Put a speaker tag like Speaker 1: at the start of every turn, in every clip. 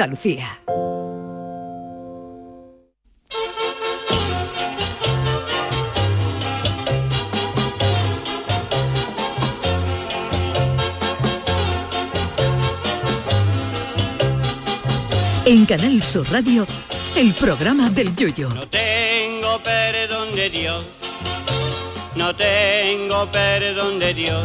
Speaker 1: Andalucía. En Canal Sur Radio, el programa del yoyo.
Speaker 2: No tengo perdón de Dios, no tengo perdón de Dios,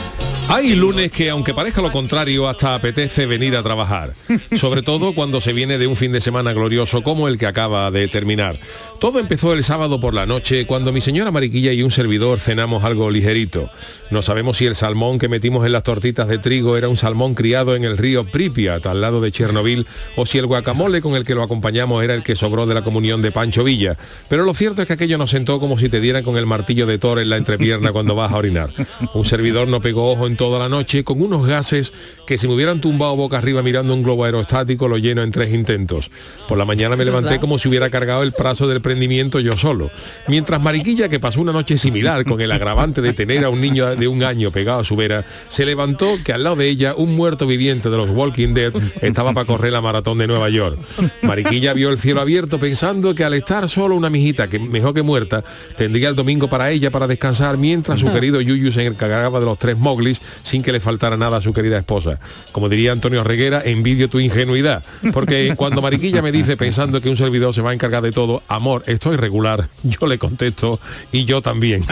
Speaker 3: Hay lunes que, aunque parezca lo contrario, hasta apetece venir a trabajar. Sobre todo cuando se viene de un fin de semana glorioso como el que acaba de terminar. Todo empezó el sábado por la noche, cuando mi señora Mariquilla y un servidor cenamos algo ligerito. No sabemos si el salmón que metimos en las tortitas de trigo era un salmón criado en el río Pripyat, al lado de Chernobyl, o si el guacamole con el que lo acompañamos era el que sobró de la comunión de Pancho Villa. Pero lo cierto es que aquello nos sentó como si te dieran con el martillo de Thor en la entrepierna cuando vas a orinar. Un servidor no pegó ojo en toda la noche con unos gases que si me hubieran tumbado boca arriba mirando un globo aerostático lo lleno en tres intentos. Por la mañana me levanté como si hubiera cargado el brazo del prendimiento yo solo. Mientras Mariquilla, que pasó una noche similar con el agravante de tener a un niño de un año pegado a su vera, se levantó que al lado de ella un muerto viviente de los Walking Dead estaba para correr la maratón de Nueva York. Mariquilla vio el cielo abierto pensando que al estar solo una mijita, que mejor que muerta, tendría el domingo para ella para descansar mientras su querido Yuyu se encargaba de los tres moglis sin que le faltara nada a su querida esposa. Como diría Antonio Reguera, envidio tu ingenuidad, porque cuando Mariquilla me dice pensando que un servidor se va a encargar de todo, amor, estoy regular, yo le contesto y yo también.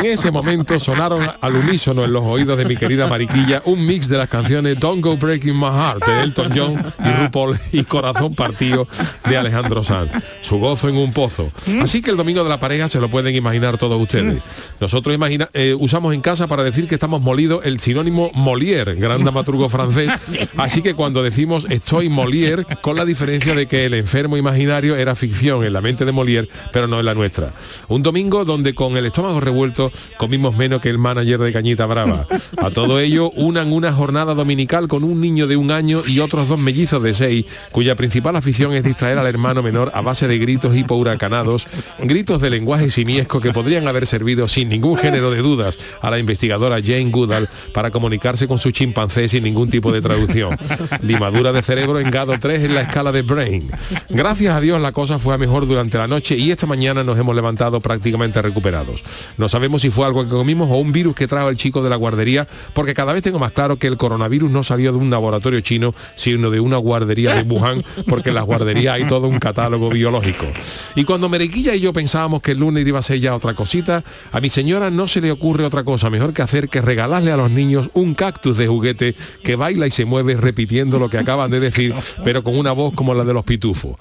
Speaker 3: En ese momento sonaron al unísono en los oídos de mi querida Mariquilla un mix de las canciones Don't Go Breaking My Heart de Elton John y RuPaul y Corazón Partido de Alejandro Sanz. Su gozo en un pozo. Así que el domingo de la pareja se lo pueden imaginar todos ustedes. Nosotros imagina- eh, usamos en casa para decir que estamos molido el sinónimo Molière, gran dramaturgo francés. Así que cuando decimos estoy Molière, con la diferencia de que el enfermo imaginario era ficción en la mente de Molière, pero no en la nuestra. Un domingo donde con el estómago revuelto comimos menos que el manager de Cañita Brava. A todo ello unan una jornada dominical con un niño de un año y otros dos mellizos de seis, cuya principal afición es distraer al hermano menor a base de gritos hipohuracanados, gritos de lenguaje simiesco que podrían haber servido sin ningún género de dudas a la investigadora Jane Goodall para comunicarse con su chimpancé sin ningún tipo de traducción. Limadura de cerebro en grado 3 en la escala de Brain. Gracias a Dios la cosa fue a mejor durante la noche y esta mañana nos hemos levantado prácticamente recuperados. No sabemos si fue algo que comimos o un virus que trajo el chico de la guardería, porque cada vez tengo más claro que el coronavirus no salió de un laboratorio chino, sino de una guardería de Wuhan, porque en las guarderías hay todo un catálogo biológico. Y cuando Merequilla y yo pensábamos que el lunes iba a ser ya otra cosita, a mi señora no se le ocurre otra cosa mejor que hacer que regalarle a los niños un cactus de juguete que baila y se mueve repitiendo lo que acaban de decir, pero con una voz como la de los pitufos.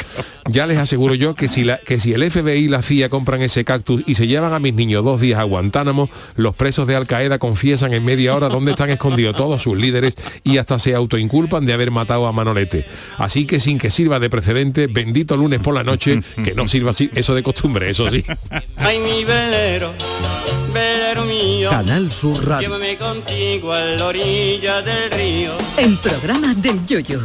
Speaker 3: Ya les aseguro yo que si, la- que si el FBI y la CIA compran ese cactus y se llevan a mis niños dos días a Guantánamo, los presos de Al Qaeda confiesan en media hora dónde están escondidos todos sus líderes y hasta se autoinculpan de haber matado a Manolete. Así que sin que sirva de precedente, bendito lunes por la noche, que no sirva así, eso de costumbre, eso sí.
Speaker 2: Ay, mi velero, velero mío,
Speaker 4: Canal Sur Radio.
Speaker 2: llévame contigo a la orilla del río.
Speaker 1: El programa del yoyo.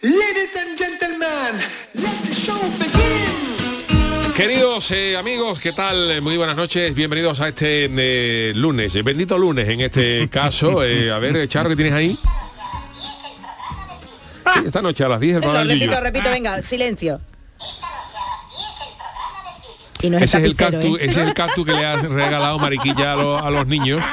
Speaker 5: Ladies and gentlemen, let the show begin.
Speaker 3: Queridos eh, amigos, ¿qué tal? Muy buenas noches, bienvenidos a este eh, lunes, eh, bendito lunes en este caso. Eh, a ver, eh, Charro, ¿qué tienes ahí? Sí, esta noche a las 10 el
Speaker 6: Eso,
Speaker 3: programa del
Speaker 6: repito,
Speaker 3: Yuyu.
Speaker 6: repito, venga, silencio. Y no es
Speaker 3: Ese es el
Speaker 6: tapicero,
Speaker 3: cactus,
Speaker 6: ¿eh?
Speaker 3: ese es el cactus que le ha regalado Mariquilla a, los- a los niños.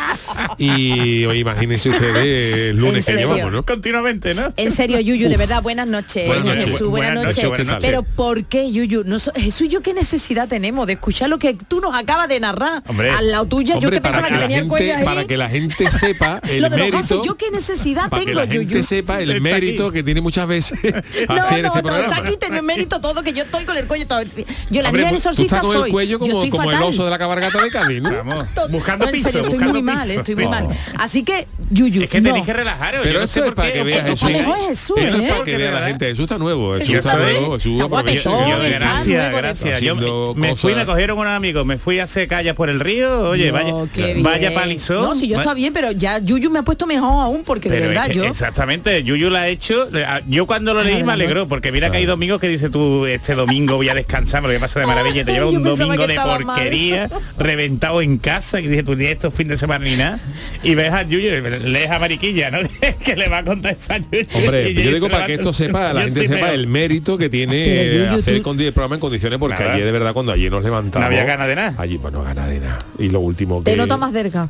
Speaker 3: Y oye, imagínense ustedes el lunes que
Speaker 6: ¿En serio?
Speaker 3: llevamos, ¿no?
Speaker 7: Continuamente, ¿no?
Speaker 6: En serio, Yuyu, de verdad, buenas noches. eh,
Speaker 3: Buenas noches.
Speaker 6: Jesús, buenas,
Speaker 7: Buenas
Speaker 6: noches.
Speaker 7: noches, buenas noches.
Speaker 6: Pero ¿por qué, Yuyu? No so- Jesús, ¿yo qué necesidad tenemos de escuchar lo que tú nos acabas de narrar?
Speaker 7: Hombre.
Speaker 6: Al lado tuya, yo
Speaker 3: Hombre,
Speaker 6: que
Speaker 3: para
Speaker 6: pensaba
Speaker 3: que,
Speaker 6: que,
Speaker 3: la
Speaker 6: tenía el cuello
Speaker 3: gente,
Speaker 6: ahí.
Speaker 3: para que la gente sepa el
Speaker 6: lo de los gases,
Speaker 3: mérito.
Speaker 6: ¿yo qué necesidad
Speaker 3: Para que
Speaker 6: tengo,
Speaker 3: la gente
Speaker 6: Yuyu?
Speaker 3: sepa el
Speaker 7: Está
Speaker 3: mérito
Speaker 7: aquí.
Speaker 3: que tiene muchas veces hacer
Speaker 6: No, no,
Speaker 3: este
Speaker 6: no,
Speaker 3: programa.
Speaker 6: está aquí, tiene mérito todo, que yo estoy con el cuello todo. el- Yo la
Speaker 3: Hombre,
Speaker 6: niña del
Speaker 3: pues, tú estás
Speaker 6: exorcista
Speaker 3: con
Speaker 6: soy.
Speaker 3: el cuello
Speaker 6: yo
Speaker 3: como,
Speaker 6: estoy
Speaker 3: como el
Speaker 6: fatal.
Speaker 3: oso de la cabalgata de Cádiz, ¿no?
Speaker 7: Vamos,
Speaker 6: To-
Speaker 7: buscando
Speaker 6: no, en
Speaker 7: piso,
Speaker 6: serio, estoy
Speaker 7: buscando
Speaker 6: muy mal,
Speaker 7: piso.
Speaker 6: estoy Superman.
Speaker 3: Oh.
Speaker 6: Así que, Yuyu,
Speaker 4: Es que
Speaker 6: no.
Speaker 4: tenéis que relajaros.
Speaker 3: Pero
Speaker 4: yo no
Speaker 3: esto
Speaker 4: sé
Speaker 3: es
Speaker 4: por
Speaker 3: para
Speaker 4: qué
Speaker 3: que
Speaker 4: os
Speaker 3: vea
Speaker 4: pongo
Speaker 3: Jesús.
Speaker 6: A lo mejor es Jesús,
Speaker 4: pañales. Yo no
Speaker 3: Esto es
Speaker 4: sé
Speaker 6: ¿eh?
Speaker 3: para
Speaker 4: por
Speaker 3: que
Speaker 4: qué,
Speaker 3: vea la
Speaker 4: ¿verdad?
Speaker 3: gente. Jesús está nuevo. Jesús
Speaker 6: Jesús
Speaker 3: está
Speaker 6: está
Speaker 3: nuevo.
Speaker 6: nuevo,
Speaker 3: Jesús
Speaker 6: está
Speaker 3: aprovecha.
Speaker 6: guapetón,
Speaker 3: Jesús-
Speaker 6: está
Speaker 4: gracias,
Speaker 6: nuevo de
Speaker 4: gracias.
Speaker 3: todo.
Speaker 4: Yo me,
Speaker 3: Haciendo
Speaker 4: me fui, me
Speaker 3: cosas.
Speaker 4: cogieron unos amigos, me fui a hacer callas por el río, oye,
Speaker 6: No,
Speaker 4: vaya,
Speaker 6: qué
Speaker 4: vaya
Speaker 6: bien.
Speaker 4: palizón.
Speaker 6: No, si yo
Speaker 4: va-
Speaker 6: está bien, pero ya Yuyu me ha puesto mejor aún, porque de
Speaker 4: Pero es
Speaker 6: verdad
Speaker 4: que-
Speaker 6: yo.
Speaker 4: Exactamente, Yuyu la ha hecho. eh, ah, Yo cuando lo
Speaker 6: Ah,
Speaker 4: leí
Speaker 6: la
Speaker 4: me alegró,
Speaker 6: noche.
Speaker 4: porque mira que hay domingos que dice tú, este domingo voy a descansar, porque pasa de maravilla, y te lleva
Speaker 6: Yo
Speaker 4: un
Speaker 6: pensaba
Speaker 4: domingo
Speaker 6: que
Speaker 4: de
Speaker 6: estaba mal.
Speaker 4: porquería, reventado en casa, y dice tú ni esto fin de semana ni nada. Y ves a Yuyu, y lees a Mariquilla, ¿no? que le va a contar esa Yuyu.
Speaker 3: Hombre,
Speaker 4: Y ella
Speaker 3: yo digo
Speaker 4: se
Speaker 3: para que
Speaker 4: levanta-
Speaker 3: esto sepa, la
Speaker 4: Yo
Speaker 3: gente
Speaker 4: estoy
Speaker 3: sepa
Speaker 4: peor.
Speaker 3: el mérito que tiene
Speaker 6: Pero,
Speaker 3: eh,
Speaker 6: Yuyu,
Speaker 3: hacer
Speaker 6: tú-
Speaker 3: condi- el programa en condiciones, porque
Speaker 4: Nada.
Speaker 3: ayer de verdad cuando ayer nos levantamos.
Speaker 4: No había ganas de nada.
Speaker 3: Allí, pues no ganas de nada. Y lo último que.
Speaker 6: Te nota más verga.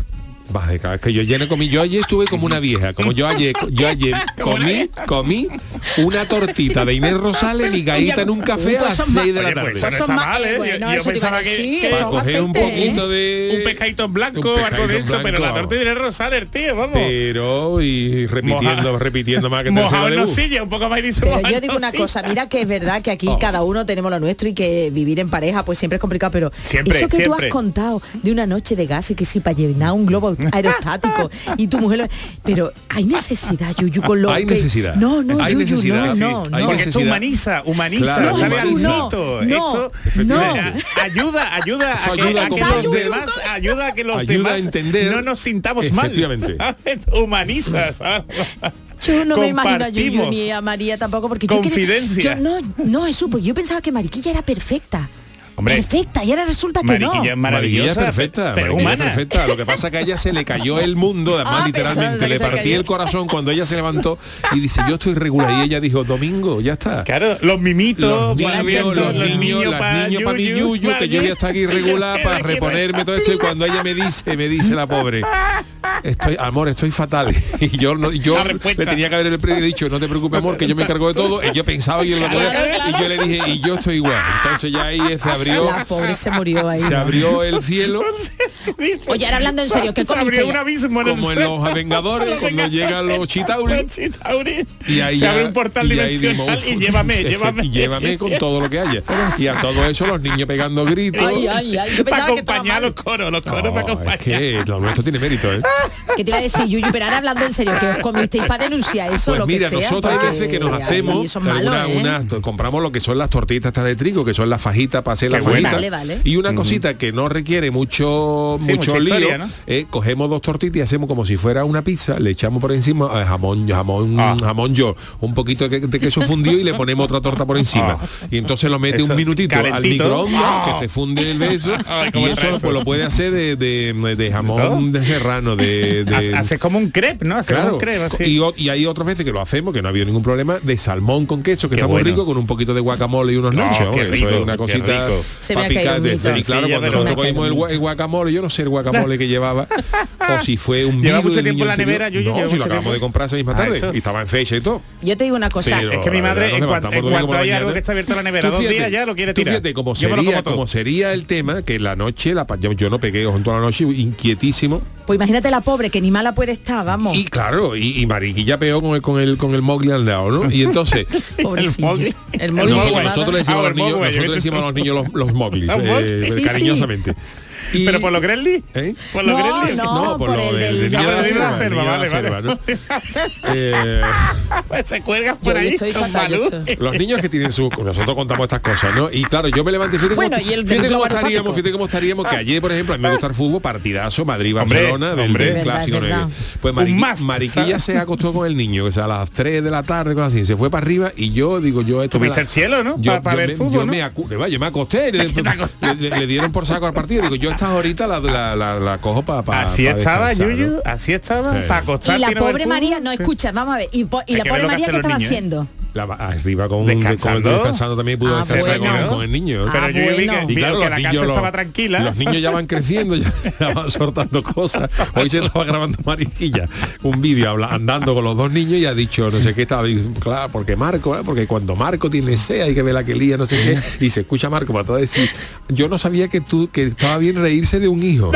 Speaker 3: Vas de cara, es que yo ayer no comí, yo ayer estuve como una vieja, como yo ayer, yo ayer comí, comí una tortita de Inés Rosales y galleta en un café a las 6 de la
Speaker 4: Oye,
Speaker 3: tarde.
Speaker 4: pues,
Speaker 6: Son
Speaker 4: eso no está
Speaker 6: más-
Speaker 4: mal,
Speaker 6: eh,
Speaker 4: ¿eh? Yo-
Speaker 6: bueno, eso
Speaker 4: yo
Speaker 6: te iba a
Speaker 4: pensaba que-
Speaker 6: decir,
Speaker 4: que-
Speaker 6: son
Speaker 3: Para coger un
Speaker 6: aceite, ¿eh?
Speaker 3: poquito de.
Speaker 4: un pescadito en blanco,
Speaker 3: Un pescadito
Speaker 4: algo de eso,
Speaker 3: en
Speaker 4: pero la
Speaker 3: blanco.
Speaker 4: torta de Rosales, tío, vamos.
Speaker 3: Pero y repitiendo,
Speaker 4: Moja-
Speaker 3: repitiendo más que
Speaker 4: mojado
Speaker 3: tercera
Speaker 4: en
Speaker 3: de bus.
Speaker 4: nocilla, un poco más y dice
Speaker 6: Pero
Speaker 4: mojado
Speaker 6: yo
Speaker 4: en
Speaker 6: digo una
Speaker 4: nocilla.
Speaker 6: cosa, mira que es verdad que aquí cada uno tenemos lo nuestro y que vivir en pareja pues siempre es complicado, pero
Speaker 4: Siempre,
Speaker 6: eso que tú
Speaker 4: siempre.
Speaker 6: has contado de una noche de gas y que si para llenar un globo aerostático y tu mujer lo- Pero hay necesidad, Yuyu, con lo
Speaker 3: Hay
Speaker 6: que-
Speaker 3: necesidad.
Speaker 6: No, no,
Speaker 3: Hay
Speaker 6: Yuyu,
Speaker 3: necesidad,
Speaker 6: no,
Speaker 3: sí.
Speaker 6: no,
Speaker 3: Hay
Speaker 6: no.
Speaker 4: Porque esto
Speaker 3: necesidad.
Speaker 4: humaniza, humaniza,
Speaker 3: Claro,
Speaker 4: sale al
Speaker 3: Jesús,
Speaker 6: no,
Speaker 4: fito.
Speaker 6: no,
Speaker 4: Esto
Speaker 6: no.
Speaker 4: le- ayuda, ayuda a
Speaker 3: Eso
Speaker 4: que,
Speaker 3: ayuda
Speaker 4: a
Speaker 3: a
Speaker 4: que los
Speaker 3: comprender.
Speaker 4: demás, ayuda a que los
Speaker 3: Ayuda a
Speaker 4: demás
Speaker 3: entender.
Speaker 4: no nos sintamos mal.
Speaker 3: Efectivamente.
Speaker 4: ¿sabes? Humaniza, ¿sabes?
Speaker 6: Yo no me imagino a Yuyu
Speaker 4: Compartimos.
Speaker 6: ni a María tampoco porque yo quería-
Speaker 4: Confidencia.
Speaker 6: yo no, no, Jesús, porque yo pensaba que Mariquilla era perfecta.
Speaker 4: Hombre.
Speaker 6: perfecta, y ahora resulta que no.
Speaker 4: Mariquilla es
Speaker 3: Mariquilla es
Speaker 4: maravillosa,
Speaker 3: perfecta,
Speaker 4: pero
Speaker 3: Mariquilla es
Speaker 4: humana.
Speaker 3: perfecta. Lo que pasa es que a ella se le cayó el mundo, además
Speaker 6: Ah, pensaba
Speaker 3: literalmente,
Speaker 6: que
Speaker 3: le
Speaker 6: se
Speaker 3: partí
Speaker 6: cayó.
Speaker 3: el corazón cuando ella se levantó y dice, yo estoy regular. Y ella dijo, domingo, ya está.
Speaker 4: Claro, los mimitos,
Speaker 3: Los
Speaker 4: para
Speaker 3: niños,
Speaker 4: Yuyu,
Speaker 3: los niños, las niños para mi yuyu,
Speaker 4: para
Speaker 3: que yo voy a
Speaker 4: Yuyu.
Speaker 3: estar aquí regular para reponerme todo esto. Y cuando ella me dice, me dice la pobre, estoy, amor, estoy fatal. Y yo no, yo
Speaker 4: La
Speaker 3: le
Speaker 4: respuesta.
Speaker 3: tenía que haber pre- dicho, no te preocupes, amor, que yo me encargo de todo. Y yo pensaba y yo lo podía-
Speaker 6: Claro,
Speaker 3: y yo le dije, y yo estoy igual. Entonces ya ahí se abrió,
Speaker 6: La pobre se murió ahí.
Speaker 3: se
Speaker 6: ¿no?
Speaker 3: abrió el cielo.
Speaker 4: Dice,
Speaker 6: Oye, ahora hablando en serio, ¿qué
Speaker 4: se abrió
Speaker 6: comiste?
Speaker 4: un abismo en el
Speaker 3: como en
Speaker 4: suelo.
Speaker 3: los Vengadores,
Speaker 4: Los
Speaker 3: cuando
Speaker 4: Vengadores.
Speaker 3: llegan los chitauris.
Speaker 4: Los chitauris.
Speaker 3: Y ahí
Speaker 4: se
Speaker 3: ya-
Speaker 4: abre un portal
Speaker 3: y ahí
Speaker 4: dimensional
Speaker 3: dimos,
Speaker 4: y llévame,
Speaker 3: efe-
Speaker 4: llévame.
Speaker 3: y llévame con todo lo que haya. Y a todo eso los niños pegando gritos.
Speaker 6: Ay, ay, ay, yo
Speaker 4: Para
Speaker 6: pensaba que estaba
Speaker 4: acompañar
Speaker 6: mal.
Speaker 4: los coros, los coros
Speaker 3: No,
Speaker 4: para
Speaker 3: es
Speaker 4: acompañar.
Speaker 3: que lo nuestro tiene mérito, ¿eh?
Speaker 6: que te iba a decir, Yuyu, pero ahora hablando en serio, que os comisteis para denunciar eso,
Speaker 3: Pues
Speaker 6: lo
Speaker 3: mira,
Speaker 6: que sea.
Speaker 3: nosotros hay
Speaker 6: porque
Speaker 3: veces que nos
Speaker 6: ahí
Speaker 3: hacemos
Speaker 6: eso es malo,
Speaker 3: alguna-
Speaker 6: ¿eh?
Speaker 3: unas- to- compramos lo que son las tortitas estas de trigo, que son las fajitas para hacer
Speaker 4: Qué
Speaker 3: las
Speaker 4: buena.
Speaker 3: fajitas.
Speaker 6: Vale, vale.
Speaker 3: Y una cosita que no requiere mucho,
Speaker 4: Sí,
Speaker 3: mucho
Speaker 4: mucha
Speaker 3: lío,
Speaker 4: historia, ¿no?
Speaker 3: eh, cogemos dos tortitas y hacemos como si fuera una pizza, le echamos por encima eh, jamón, jamón,
Speaker 4: Ah.
Speaker 3: jamón yo, un poquito de, de queso fundido y le ponemos otra torta por encima.
Speaker 4: Ah.
Speaker 3: Y entonces lo mete
Speaker 4: Eso,
Speaker 3: un minutito al
Speaker 4: calentito.
Speaker 3: microondas,
Speaker 4: Ah.
Speaker 3: que se funde el beso.
Speaker 4: Ay,
Speaker 3: y
Speaker 4: cómo
Speaker 3: eso,
Speaker 4: entra eso.
Speaker 3: pues, lo puede hacer de, de- de jamón de, serrano, de, de-
Speaker 4: Hace- Haces como un crepe, ¿no? Haces
Speaker 3: Claro.
Speaker 4: un crepe así.
Speaker 3: Y, o- y hay otras veces que lo hacemos, que no ha habido ningún problema, de salmón con queso, que
Speaker 4: Qué
Speaker 3: está
Speaker 4: bueno.
Speaker 3: muy rico, con un poquito de guacamole y unos
Speaker 4: No,
Speaker 3: nachos.
Speaker 4: qué
Speaker 3: Eso
Speaker 4: rico,
Speaker 3: es una
Speaker 4: qué
Speaker 3: cosita
Speaker 4: rico.
Speaker 6: Se
Speaker 3: pa'
Speaker 6: me ha caído
Speaker 3: picar
Speaker 6: un
Speaker 3: de-
Speaker 6: mito.
Speaker 3: Y claro,
Speaker 4: Sí, ya
Speaker 3: cuando
Speaker 4: me lo
Speaker 3: nosotros
Speaker 4: imagino.
Speaker 3: cogimos el, gua- el guacamole, yo no sé el guacamole que llevaba, o si fue un
Speaker 4: Lleva
Speaker 3: virus
Speaker 4: mucho
Speaker 3: del
Speaker 4: tiempo
Speaker 3: niño
Speaker 4: en la
Speaker 3: anterior.
Speaker 4: nevera, Yuyu,
Speaker 3: No,
Speaker 4: lleva
Speaker 3: si
Speaker 4: mucho
Speaker 3: lo acabamos
Speaker 4: tiempo.
Speaker 3: de comprar esa misma
Speaker 4: Ah,
Speaker 3: tarde.
Speaker 4: eso.
Speaker 3: y estaba en fecha y todo.
Speaker 6: Yo te digo una cosa.
Speaker 3: Pero-
Speaker 4: es que mi
Speaker 3: la verdad,
Speaker 4: madre, en
Speaker 3: nos
Speaker 4: cuanto, en
Speaker 3: levantamos domingo
Speaker 4: cuanto
Speaker 3: por la
Speaker 4: hay
Speaker 3: mañana.
Speaker 4: algo que está abierto a la nevera
Speaker 3: Tú
Speaker 4: dos
Speaker 3: fíjate,
Speaker 4: días ya lo quiere
Speaker 3: tú
Speaker 4: tirar.
Speaker 3: fíjate, como
Speaker 4: Yo me lo
Speaker 3: sería,
Speaker 4: como todo.
Speaker 3: como sería el tema, que la noche, la, pa- yo, yo no pegué ojo en toda la noche, inquietísimo.
Speaker 6: Pues imagínate la pobre, que ni mala puede estar, vamos.
Speaker 3: Y claro, y, y Mariquilla peó con el, con el, con el Mowgli al lado, ¿no? Y entonces,
Speaker 6: Pobrecillo.
Speaker 4: El
Speaker 6: El
Speaker 3: No,
Speaker 6: móvil
Speaker 4: Mowgli.
Speaker 6: que
Speaker 3: nosotros le
Speaker 6: mata.
Speaker 3: decimos
Speaker 4: Ah,
Speaker 3: a los
Speaker 4: el
Speaker 3: niños,
Speaker 4: Mowgli,
Speaker 3: nosotros le decimos a los niños los, los Mowglis,
Speaker 4: ¿Los
Speaker 3: eh,
Speaker 4: Mowgli?
Speaker 6: Sí, sí.
Speaker 3: cariñosamente. Y-
Speaker 4: Pero por lo Gremlin.
Speaker 3: ¿Eh?
Speaker 4: Por
Speaker 6: No,
Speaker 4: lo Gremlin.
Speaker 6: no. por el del-
Speaker 3: niño
Speaker 4: Ah,
Speaker 3: de
Speaker 4: el de
Speaker 3: la selva,
Speaker 4: la selva,
Speaker 3: el niño de la
Speaker 4: vale,
Speaker 3: selva, ¿no? Eh,
Speaker 4: Pues se cuelgas
Speaker 6: Yo
Speaker 4: por ahí
Speaker 6: estoy
Speaker 4: con
Speaker 6: fatal, yo
Speaker 4: Malú.
Speaker 6: estoy.
Speaker 3: Los niños que tienen su... Nosotros contamos estas cosas, ¿no? Y claro, yo me levanté, fíjate cómo,
Speaker 6: Bueno, y el Ah. del
Speaker 3: fíjate cómo
Speaker 6: globo
Speaker 3: estaríamos,
Speaker 6: aerostático.
Speaker 3: fíjate cómo estaríamos, que ayer, por ejemplo, a mí me gusta el fútbol, partidazo,
Speaker 4: Hombre,
Speaker 3: Madrid-Barcelona, del,
Speaker 4: hombre.
Speaker 3: del
Speaker 6: Verdad,
Speaker 3: clásico. ¿no?
Speaker 6: verdad.
Speaker 3: Pues
Speaker 4: Un
Speaker 3: Mariqui-
Speaker 4: must,
Speaker 3: Mariquilla
Speaker 4: ¿sabes?
Speaker 3: se acostó con el niño, o sea, a las 3 de la tarde, cosas así, se fue para arriba y yo digo, yo esto... me
Speaker 4: Tuviste
Speaker 3: la-
Speaker 4: el cielo, ¿no?
Speaker 3: Yo,
Speaker 4: Pa- pa
Speaker 3: yo
Speaker 4: ver
Speaker 3: me,
Speaker 4: fútbol,
Speaker 3: yo
Speaker 4: ¿no?
Speaker 3: me acu- de verdad, yo me acosté, y le, le- le- le dieron por saco al partido, digo, yo estas horitas la, la, la- la cojo para...
Speaker 4: Así estaba, Yuyu, así estaba,
Speaker 3: Sí.
Speaker 4: para
Speaker 6: Y
Speaker 4: acostarte
Speaker 6: la
Speaker 4: no ver
Speaker 6: pobre
Speaker 4: fútbol.
Speaker 6: María, no escucha, vamos a ver. Y, po- y
Speaker 4: Hay
Speaker 6: la
Speaker 4: que
Speaker 6: pobre
Speaker 4: ver lo que
Speaker 6: María, ¿qué
Speaker 4: hacen los
Speaker 6: estaba
Speaker 4: niños, ¿eh?
Speaker 6: haciendo?
Speaker 3: La- arriba con
Speaker 4: Descansando.
Speaker 3: con- descansando también pudo
Speaker 6: Ah,
Speaker 3: descansar con-
Speaker 6: bueno.
Speaker 3: con, el niño. ¿no?
Speaker 4: Pero
Speaker 6: Ah,
Speaker 4: yo vi que,
Speaker 6: bueno.
Speaker 4: vi que la casa
Speaker 3: los-
Speaker 4: estaba tranquila.
Speaker 3: Los niños ya van creciendo, ya, ya van soltando cosas. Hoy se estaba grabando Mariquilla un vídeo habla- andando con los dos niños y ha dicho, no sé qué, estaba diciendo, claro, porque Marco, ¿eh? porque cuando Marco tiene sed hay que ver la que lía, no sé qué, y se escucha a Marco para todo decir, yo no sabía que tú, que estaba bien reírse de un hijo.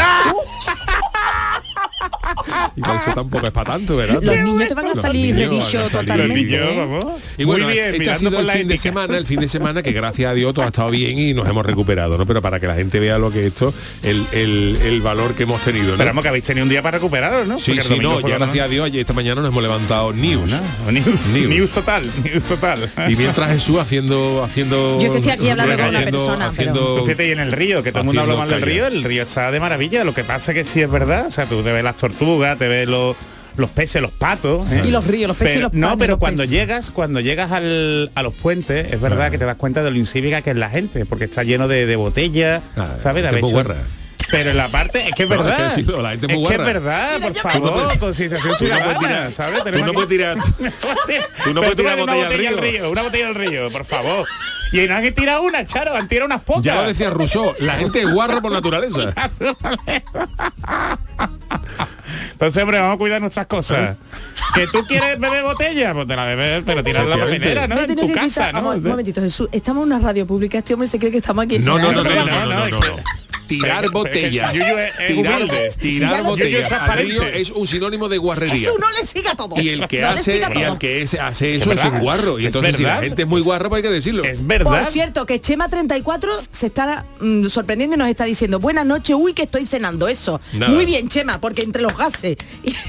Speaker 3: Y calzo tampoco es para tanto, ¿verdad?
Speaker 6: Los niños te van a salir
Speaker 3: niños van a
Speaker 6: redicho
Speaker 3: salir
Speaker 6: totalmente,
Speaker 3: redicho.
Speaker 6: ¿eh?
Speaker 3: Y bueno,
Speaker 4: Muy bien,
Speaker 3: este ha
Speaker 4: mirando
Speaker 3: sido
Speaker 4: por
Speaker 3: el
Speaker 4: la
Speaker 3: fin de
Speaker 4: ética.
Speaker 3: semana, el fin de semana que gracias a Dios todo ha estado bien y nos hemos recuperado, ¿no? Pero para que la gente vea lo que esto, el, el- el valor que hemos tenido, ¿no?
Speaker 4: Pero vamos, que habéis tenido un día para recuperaros, ¿no?
Speaker 3: sí,
Speaker 4: Porque el
Speaker 3: sí, no,
Speaker 4: domingo fue
Speaker 3: ya
Speaker 4: la-
Speaker 3: gracias a Dios ayer- esta mañana nos hemos levantado news.
Speaker 4: No, News,
Speaker 3: News.
Speaker 4: news. total, news total.
Speaker 3: Y mientras Jesús haciendo haciendo
Speaker 6: Yo que estoy aquí hablando
Speaker 4: con una
Speaker 3: haciendo-
Speaker 6: persona, pero-
Speaker 3: haciendo-
Speaker 4: Tú fíjate, y en el río, que todo el mundo habla
Speaker 3: Haciendo
Speaker 4: mal del
Speaker 3: callo.
Speaker 4: río, el río está de maravilla. Lo que pasa que sí es verdad, o sea, tú te ves las tortugas, te ves los, los peces, los patos. ¿eh?
Speaker 6: Y los ríos, los peces y
Speaker 4: Pero-
Speaker 6: los
Speaker 4: No,
Speaker 6: patos,
Speaker 4: pero
Speaker 6: los
Speaker 4: cuando
Speaker 6: peces.
Speaker 4: llegas, cuando llegas al- a los puentes, es verdad que te das cuenta de lo incívica que es la gente, porque está lleno de, de botellas,
Speaker 3: Ah,
Speaker 4: ¿sabes?
Speaker 3: gente
Speaker 4: De haber
Speaker 3: muy
Speaker 4: hecho-
Speaker 3: guarra.
Speaker 4: Pero en la parte, es que es
Speaker 3: No, es
Speaker 4: verdad.
Speaker 3: que sí, pero la gente es muy
Speaker 4: es, que es
Speaker 3: guarra.
Speaker 4: verdad, por
Speaker 3: me voy.
Speaker 4: favor, concienciación
Speaker 3: Tú no puedes
Speaker 4: ciudadana,
Speaker 3: tirar-
Speaker 4: ¿sabes?
Speaker 3: tú
Speaker 4: Tenemos
Speaker 3: no
Speaker 4: que-
Speaker 3: puedes tirar-
Speaker 4: Tú no puedes tirar una botella, al
Speaker 3: río.
Speaker 4: río. una botella al río, por favor. Y no han tirado una, Charo, han tirado unas pocas.
Speaker 3: Ya lo decía Rousseau, la gente es guarra por naturaleza.
Speaker 4: Entonces, hombre, vamos a cuidar nuestras
Speaker 3: ¿Eh?
Speaker 4: cosas. Que tú quieres beber botella, pues te la bebes, pero tirarla a la
Speaker 3: Efectivamente.
Speaker 4: papelera, ¿no?
Speaker 6: Me he
Speaker 4: En
Speaker 6: tenido
Speaker 4: tu
Speaker 6: que
Speaker 4: casa,
Speaker 6: quitar-
Speaker 4: ¿no?
Speaker 6: vamos, Un momentito, Jesús, estamos en una radio pública, este hombre se cree que estamos aquí.
Speaker 3: No, no, no, no,
Speaker 4: Pero
Speaker 3: no,
Speaker 4: que-
Speaker 3: no, no, no, no. Tirar
Speaker 4: pero que-
Speaker 3: botellas.
Speaker 4: Yuyu es- es
Speaker 3: Tirar,
Speaker 4: humilde.
Speaker 3: tirar
Speaker 6: Yuyu es
Speaker 3: botellas al
Speaker 4: transparente.
Speaker 3: río es un sinónimo de guarrería.
Speaker 6: Jesús, no le siga todo.
Speaker 3: Y el que
Speaker 6: No le
Speaker 3: hace,
Speaker 6: siga
Speaker 3: y
Speaker 6: todo.
Speaker 3: el que es- hace eso es,
Speaker 4: verdad.
Speaker 3: un guarro. Y
Speaker 4: Es
Speaker 3: entonces si la
Speaker 4: verdad.
Speaker 3: gente es muy guarra, pues hay que decirlo.
Speaker 4: Es
Speaker 6: Por
Speaker 4: verdad.
Speaker 6: cierto, que Chema 34 se está mm, sorprendiendo y nos está diciendo, buenas noches, uy, que estoy cenando eso.
Speaker 3: Nada.
Speaker 6: Muy bien, Chema, porque entre los gases y la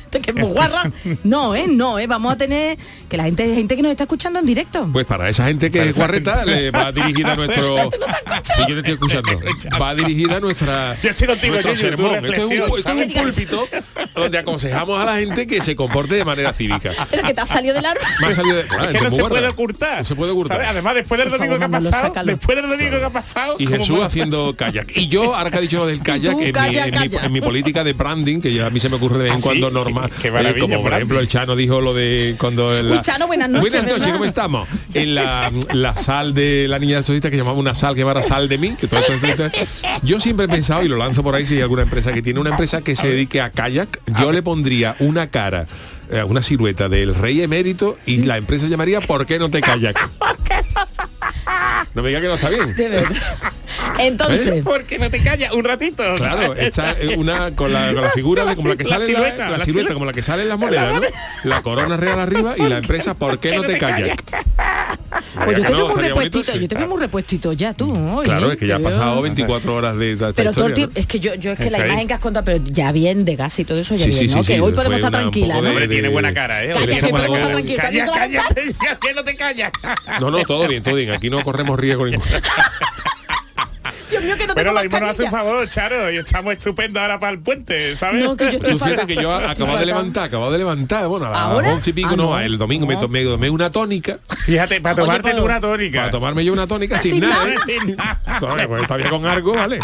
Speaker 6: gente que es muy guarra, no, ¿eh? No, ¿eh? Vamos a tener que la gente, gente que nos está escuchando en directo.
Speaker 3: Pues para esa gente que es guarreta le va dirigida nuestro. Sí, yo te estoy escuchando. Va dirigida nuestra.
Speaker 4: Yo estoy contigo,
Speaker 3: nuestro
Speaker 4: Yuyu, tu
Speaker 3: sermón. Esto es un,
Speaker 4: reflexión,
Speaker 3: esto es un
Speaker 6: ¿sabes?
Speaker 3: púlpito donde aconsejamos a la gente que se comporte de manera cívica.
Speaker 6: Pero que te ha salido del arma.
Speaker 3: Me ha salido de- claro,
Speaker 4: Es que
Speaker 3: esto
Speaker 4: no
Speaker 3: muy
Speaker 4: se
Speaker 3: guarra.
Speaker 4: puede ocultar.
Speaker 3: No se puede ocultar.
Speaker 4: ¿sabes? Además, después del
Speaker 6: Por
Speaker 4: domingo que ha
Speaker 6: favor, Manolo,
Speaker 4: pasado,
Speaker 6: sácalo.
Speaker 4: después del domingo que ha pasado.
Speaker 3: Y
Speaker 4: ¿cómo
Speaker 3: Jesús
Speaker 4: puede-
Speaker 3: haciendo kayak. Y yo, ahora que ha dicho lo del kayak,
Speaker 6: Tú,
Speaker 3: en, mi,
Speaker 6: calla,
Speaker 3: en mi-
Speaker 6: calla.
Speaker 3: en mi política de branding, que ya a mí se me ocurre de vez en
Speaker 4: ¿Ah,
Speaker 3: cuando
Speaker 4: sí?
Speaker 3: normal. eh,
Speaker 4: Qué maravilla,
Speaker 3: como por
Speaker 4: branding.
Speaker 3: ejemplo el Chano dijo lo de cuando en
Speaker 6: Uy, Chano, buenas noches,
Speaker 3: Buenas noches,
Speaker 6: ¿verdad?
Speaker 3: ¿cómo estamos? En la, la sal de la niña socialista que llamaba una sal que era sal de mí. Que todo esto- esto- esto- yo siempre he pensado, y lo lanzo por ahí si hay alguna empresa que tiene una empresa que se dedique a kayak, yo le pondría una cara. eh, Una silueta del rey emérito y la empresa llamaría ¿Por qué no te kayak? No me diga que no está bien.
Speaker 6: De verdad. Entonces,
Speaker 3: ¿Eh?
Speaker 4: ¿Por qué no te callas un ratito?
Speaker 3: Claro,
Speaker 4: ¿sabes?
Speaker 3: está eh, una con la, con la figura de como la que
Speaker 4: La
Speaker 3: sale la-
Speaker 4: silueta,
Speaker 3: la, silueta,
Speaker 4: la silueta.
Speaker 3: como la que sale en las monedas, ¿no? La corona real arriba y la empresa ¿Por qué no te callas?
Speaker 6: pues yo
Speaker 3: que
Speaker 6: te veo
Speaker 3: no,
Speaker 6: muy
Speaker 3: estaría bonito,
Speaker 6: repuestito,
Speaker 3: sí.
Speaker 6: yo te veo muy repuestito ya tú. hoy,
Speaker 3: Claro,
Speaker 6: ¿eh?
Speaker 3: es que ya ha
Speaker 6: Te veo-
Speaker 3: pasado 24 horas de esta, esta
Speaker 6: Pero todo el
Speaker 3: historia.
Speaker 6: tiempo,
Speaker 3: ¿no?
Speaker 6: es que yo, yo es que la
Speaker 4: Esa es.
Speaker 6: imagen que has contado, pero ya bien de gas y todo eso, ya
Speaker 3: Sí,
Speaker 6: bien,
Speaker 3: sí, sí,
Speaker 6: ¿no?
Speaker 3: sí,
Speaker 6: que hoy
Speaker 3: fue
Speaker 6: podemos estar
Speaker 3: una- un poco
Speaker 6: tranquilas,
Speaker 3: de-
Speaker 6: ¿no?
Speaker 4: Hombre, tiene buena cara, ¿eh?
Speaker 6: Calla,
Speaker 4: Tiene
Speaker 6: que
Speaker 4: buena
Speaker 6: podemos
Speaker 4: cara.
Speaker 6: estar
Speaker 4: Calla,
Speaker 6: tranquilos.
Speaker 4: cállate, ya que no te callas.
Speaker 3: No, no, todo bien, todo bien. Aquí no corremos riesgo ninguno.
Speaker 6: Dios mío, que no
Speaker 4: Pero
Speaker 6: tengo
Speaker 4: lo mismo nos
Speaker 6: mascarilla.
Speaker 4: hace un favor, Charo, y estamos estupendos ahora para el puente, ¿sabes?
Speaker 6: No, que yo estoy
Speaker 3: Tú fíjate
Speaker 6: fatal,
Speaker 3: que yo
Speaker 6: estoy
Speaker 3: acabo de
Speaker 6: fatal.
Speaker 3: levantar, acabo de levantar, bueno, a las
Speaker 6: ¿Ahora?
Speaker 3: 11 y pico,
Speaker 6: Ah,
Speaker 3: no,
Speaker 6: no.
Speaker 3: el domingo me
Speaker 6: No.
Speaker 3: tomé, tomé una tónica,
Speaker 4: Fíjate, para
Speaker 6: Oye,
Speaker 4: tomarte
Speaker 6: Pablo.
Speaker 4: tú una tónica.
Speaker 3: para tomarme yo una tónica sin,
Speaker 6: Sin
Speaker 3: nada.
Speaker 6: nada.
Speaker 3: ¿eh? Solo que, pues, todavía con algo, ¿vale?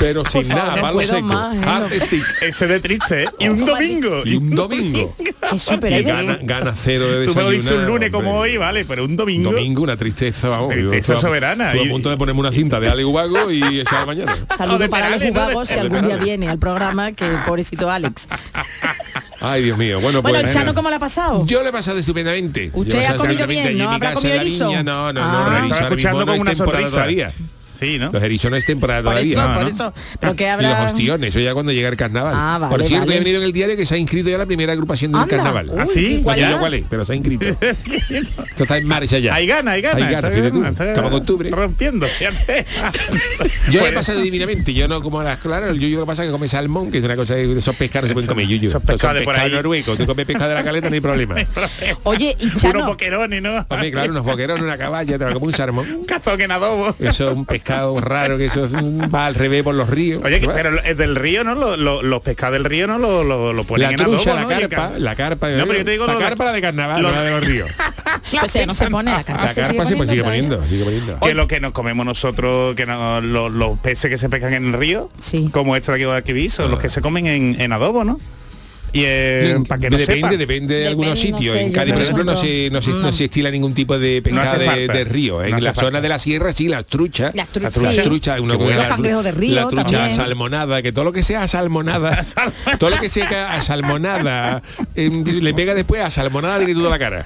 Speaker 3: Pero sin
Speaker 6: favor,
Speaker 3: nada,
Speaker 6: no
Speaker 3: palo
Speaker 6: puedo
Speaker 3: seco.
Speaker 6: más, ¿eh?
Speaker 3: hard stick.
Speaker 4: Eso de triste, ¿eh? Y un domingo.
Speaker 3: Y un domingo.
Speaker 6: Jesús, pero
Speaker 3: Y
Speaker 6: hay veces-
Speaker 3: gana, gana cero de
Speaker 4: Tú me lo dices un
Speaker 3: desayunar,
Speaker 4: lunes como
Speaker 3: hombre.
Speaker 4: hoy, vale, pero un
Speaker 3: Un
Speaker 4: domingo.
Speaker 3: Domingo, una tristeza, vamos.
Speaker 4: Tristeza
Speaker 3: Yo estaba-
Speaker 4: soberana.
Speaker 3: Estuve a
Speaker 4: Y-
Speaker 3: punto de ponerme una cinta de Ale Ubago y echar mañana.
Speaker 4: No,
Speaker 6: Saludo
Speaker 4: de
Speaker 6: para Alex
Speaker 4: Perales, no, de-
Speaker 6: Ubago si
Speaker 4: de
Speaker 6: algún día
Speaker 3: Perales.
Speaker 6: viene al programa, que pobrecito Alex.
Speaker 3: Ay, Dios mío. Bueno,
Speaker 6: Bueno,
Speaker 3: pues.
Speaker 6: el Chano, ¿cómo le ha pasado?
Speaker 3: Yo le he pasado estupendamente.
Speaker 6: Usted
Speaker 3: Yo he
Speaker 6: ha
Speaker 3: pasado
Speaker 6: comido
Speaker 3: estupendamente.
Speaker 6: bien,
Speaker 3: Allí
Speaker 6: ¿no?
Speaker 3: en mi
Speaker 6: ¿Habrá
Speaker 3: casa, en la
Speaker 6: comido
Speaker 3: niña,
Speaker 6: erizo?
Speaker 3: No, no,
Speaker 6: Ah.
Speaker 3: no.
Speaker 6: Estaba
Speaker 3: revisar
Speaker 4: escuchando
Speaker 3: mismo no
Speaker 4: con
Speaker 3: es
Speaker 4: una
Speaker 3: temporada
Speaker 4: sonrisa.
Speaker 3: todavía.
Speaker 4: Sí, ¿no? Ah,
Speaker 3: Los erizos no es temporada
Speaker 6: Por
Speaker 3: todavía.
Speaker 6: eso,
Speaker 3: ah, No,
Speaker 6: por
Speaker 3: no.
Speaker 6: eso. Pero que
Speaker 3: Y los
Speaker 6: habrá...
Speaker 3: ostiones, eso ya cuando llega el carnaval.
Speaker 6: Ah, vale,
Speaker 3: Por cierto,
Speaker 6: vale.
Speaker 3: he venido en el diario que se ha inscrito ya la primera agrupación del
Speaker 6: Anda,
Speaker 3: carnaval.
Speaker 6: uy,
Speaker 4: ¿Ah, sí?
Speaker 6: ¿y
Speaker 3: No
Speaker 6: cuál
Speaker 3: te
Speaker 6: era?
Speaker 3: digo cuál es, pero se ha inscrito. Esto está en marcha ya.
Speaker 4: Hay gana, hay gana.
Speaker 3: Hay
Speaker 4: está
Speaker 3: gana, fíjate tú.
Speaker 4: gana, está
Speaker 3: Estamos en octubre.
Speaker 4: Rompiendo, fíjate.
Speaker 3: Yo le he
Speaker 4: Pues-
Speaker 3: pasado divinamente, yo no como las claras, el yuyo lo que pasa es que come salmón, que es una cosa que esos pescados se pueden comer yuyo.
Speaker 4: Esos pescados de por ahí.
Speaker 3: noruego, tú comes pescado de la caleta, no hay problema.
Speaker 6: Oye, y
Speaker 4: Unos
Speaker 6: Chano,
Speaker 4: boquerones, ¿no?
Speaker 3: Hombre, claro, unos boquerones, una caballa, te va a comer un salmón.
Speaker 4: Un cazón en adobo.
Speaker 3: Eso es un pescado raro, que eso es un- va al revés por los ríos.
Speaker 4: Oye, que-
Speaker 3: Va.
Speaker 4: pero el del río, ¿no? Lo- lo- los pescados del río, ¿no? Lo, lo, lo ponen
Speaker 3: la
Speaker 4: en adobo,
Speaker 3: trucha, la
Speaker 4: ¿no? Y el
Speaker 3: carpa,
Speaker 4: ca-
Speaker 3: la carpa,
Speaker 4: No, pero yo te digo
Speaker 3: la
Speaker 4: lo de-
Speaker 3: carpa la de carnaval,
Speaker 4: lo-
Speaker 3: no la de los ríos.
Speaker 6: o sea, Pues, eh, no se pone la carpa.
Speaker 3: La carpa se pues, sigue poniendo, sigue poniendo.
Speaker 4: que lo que nos comemos nosotros, que no- lo- los peces que se pescan en el río,
Speaker 6: Sí.
Speaker 4: como este de aquí de Guadalquivir, son los que se comen en, en adobo, ¿no? Y eh, para que no
Speaker 3: depende,
Speaker 4: sepan.
Speaker 3: depende de
Speaker 6: Depende,
Speaker 3: algunos
Speaker 6: no
Speaker 3: sitios.
Speaker 6: sé,
Speaker 3: en
Speaker 6: yo
Speaker 3: Cádiz, por
Speaker 6: no
Speaker 3: ejemplo, no
Speaker 6: conozco.
Speaker 3: se, no, se, no
Speaker 6: No.
Speaker 3: se estila ningún tipo de pescado
Speaker 4: Mm. hace
Speaker 3: de,
Speaker 4: falta.
Speaker 3: de río. En
Speaker 4: No hace
Speaker 3: la zona
Speaker 4: falta.
Speaker 3: de la sierra sí, las truchas.
Speaker 6: Las
Speaker 3: las
Speaker 6: truchas,
Speaker 3: truchas,
Speaker 6: sí.
Speaker 3: una-
Speaker 4: Qué bueno.
Speaker 3: la-
Speaker 6: Los cangrejos de río
Speaker 3: La trucha
Speaker 6: también.
Speaker 3: salmonada, que todo lo que sea salmonada, todo lo que sea asalmonada, em, le pega después a salmonada de que tú de la cara.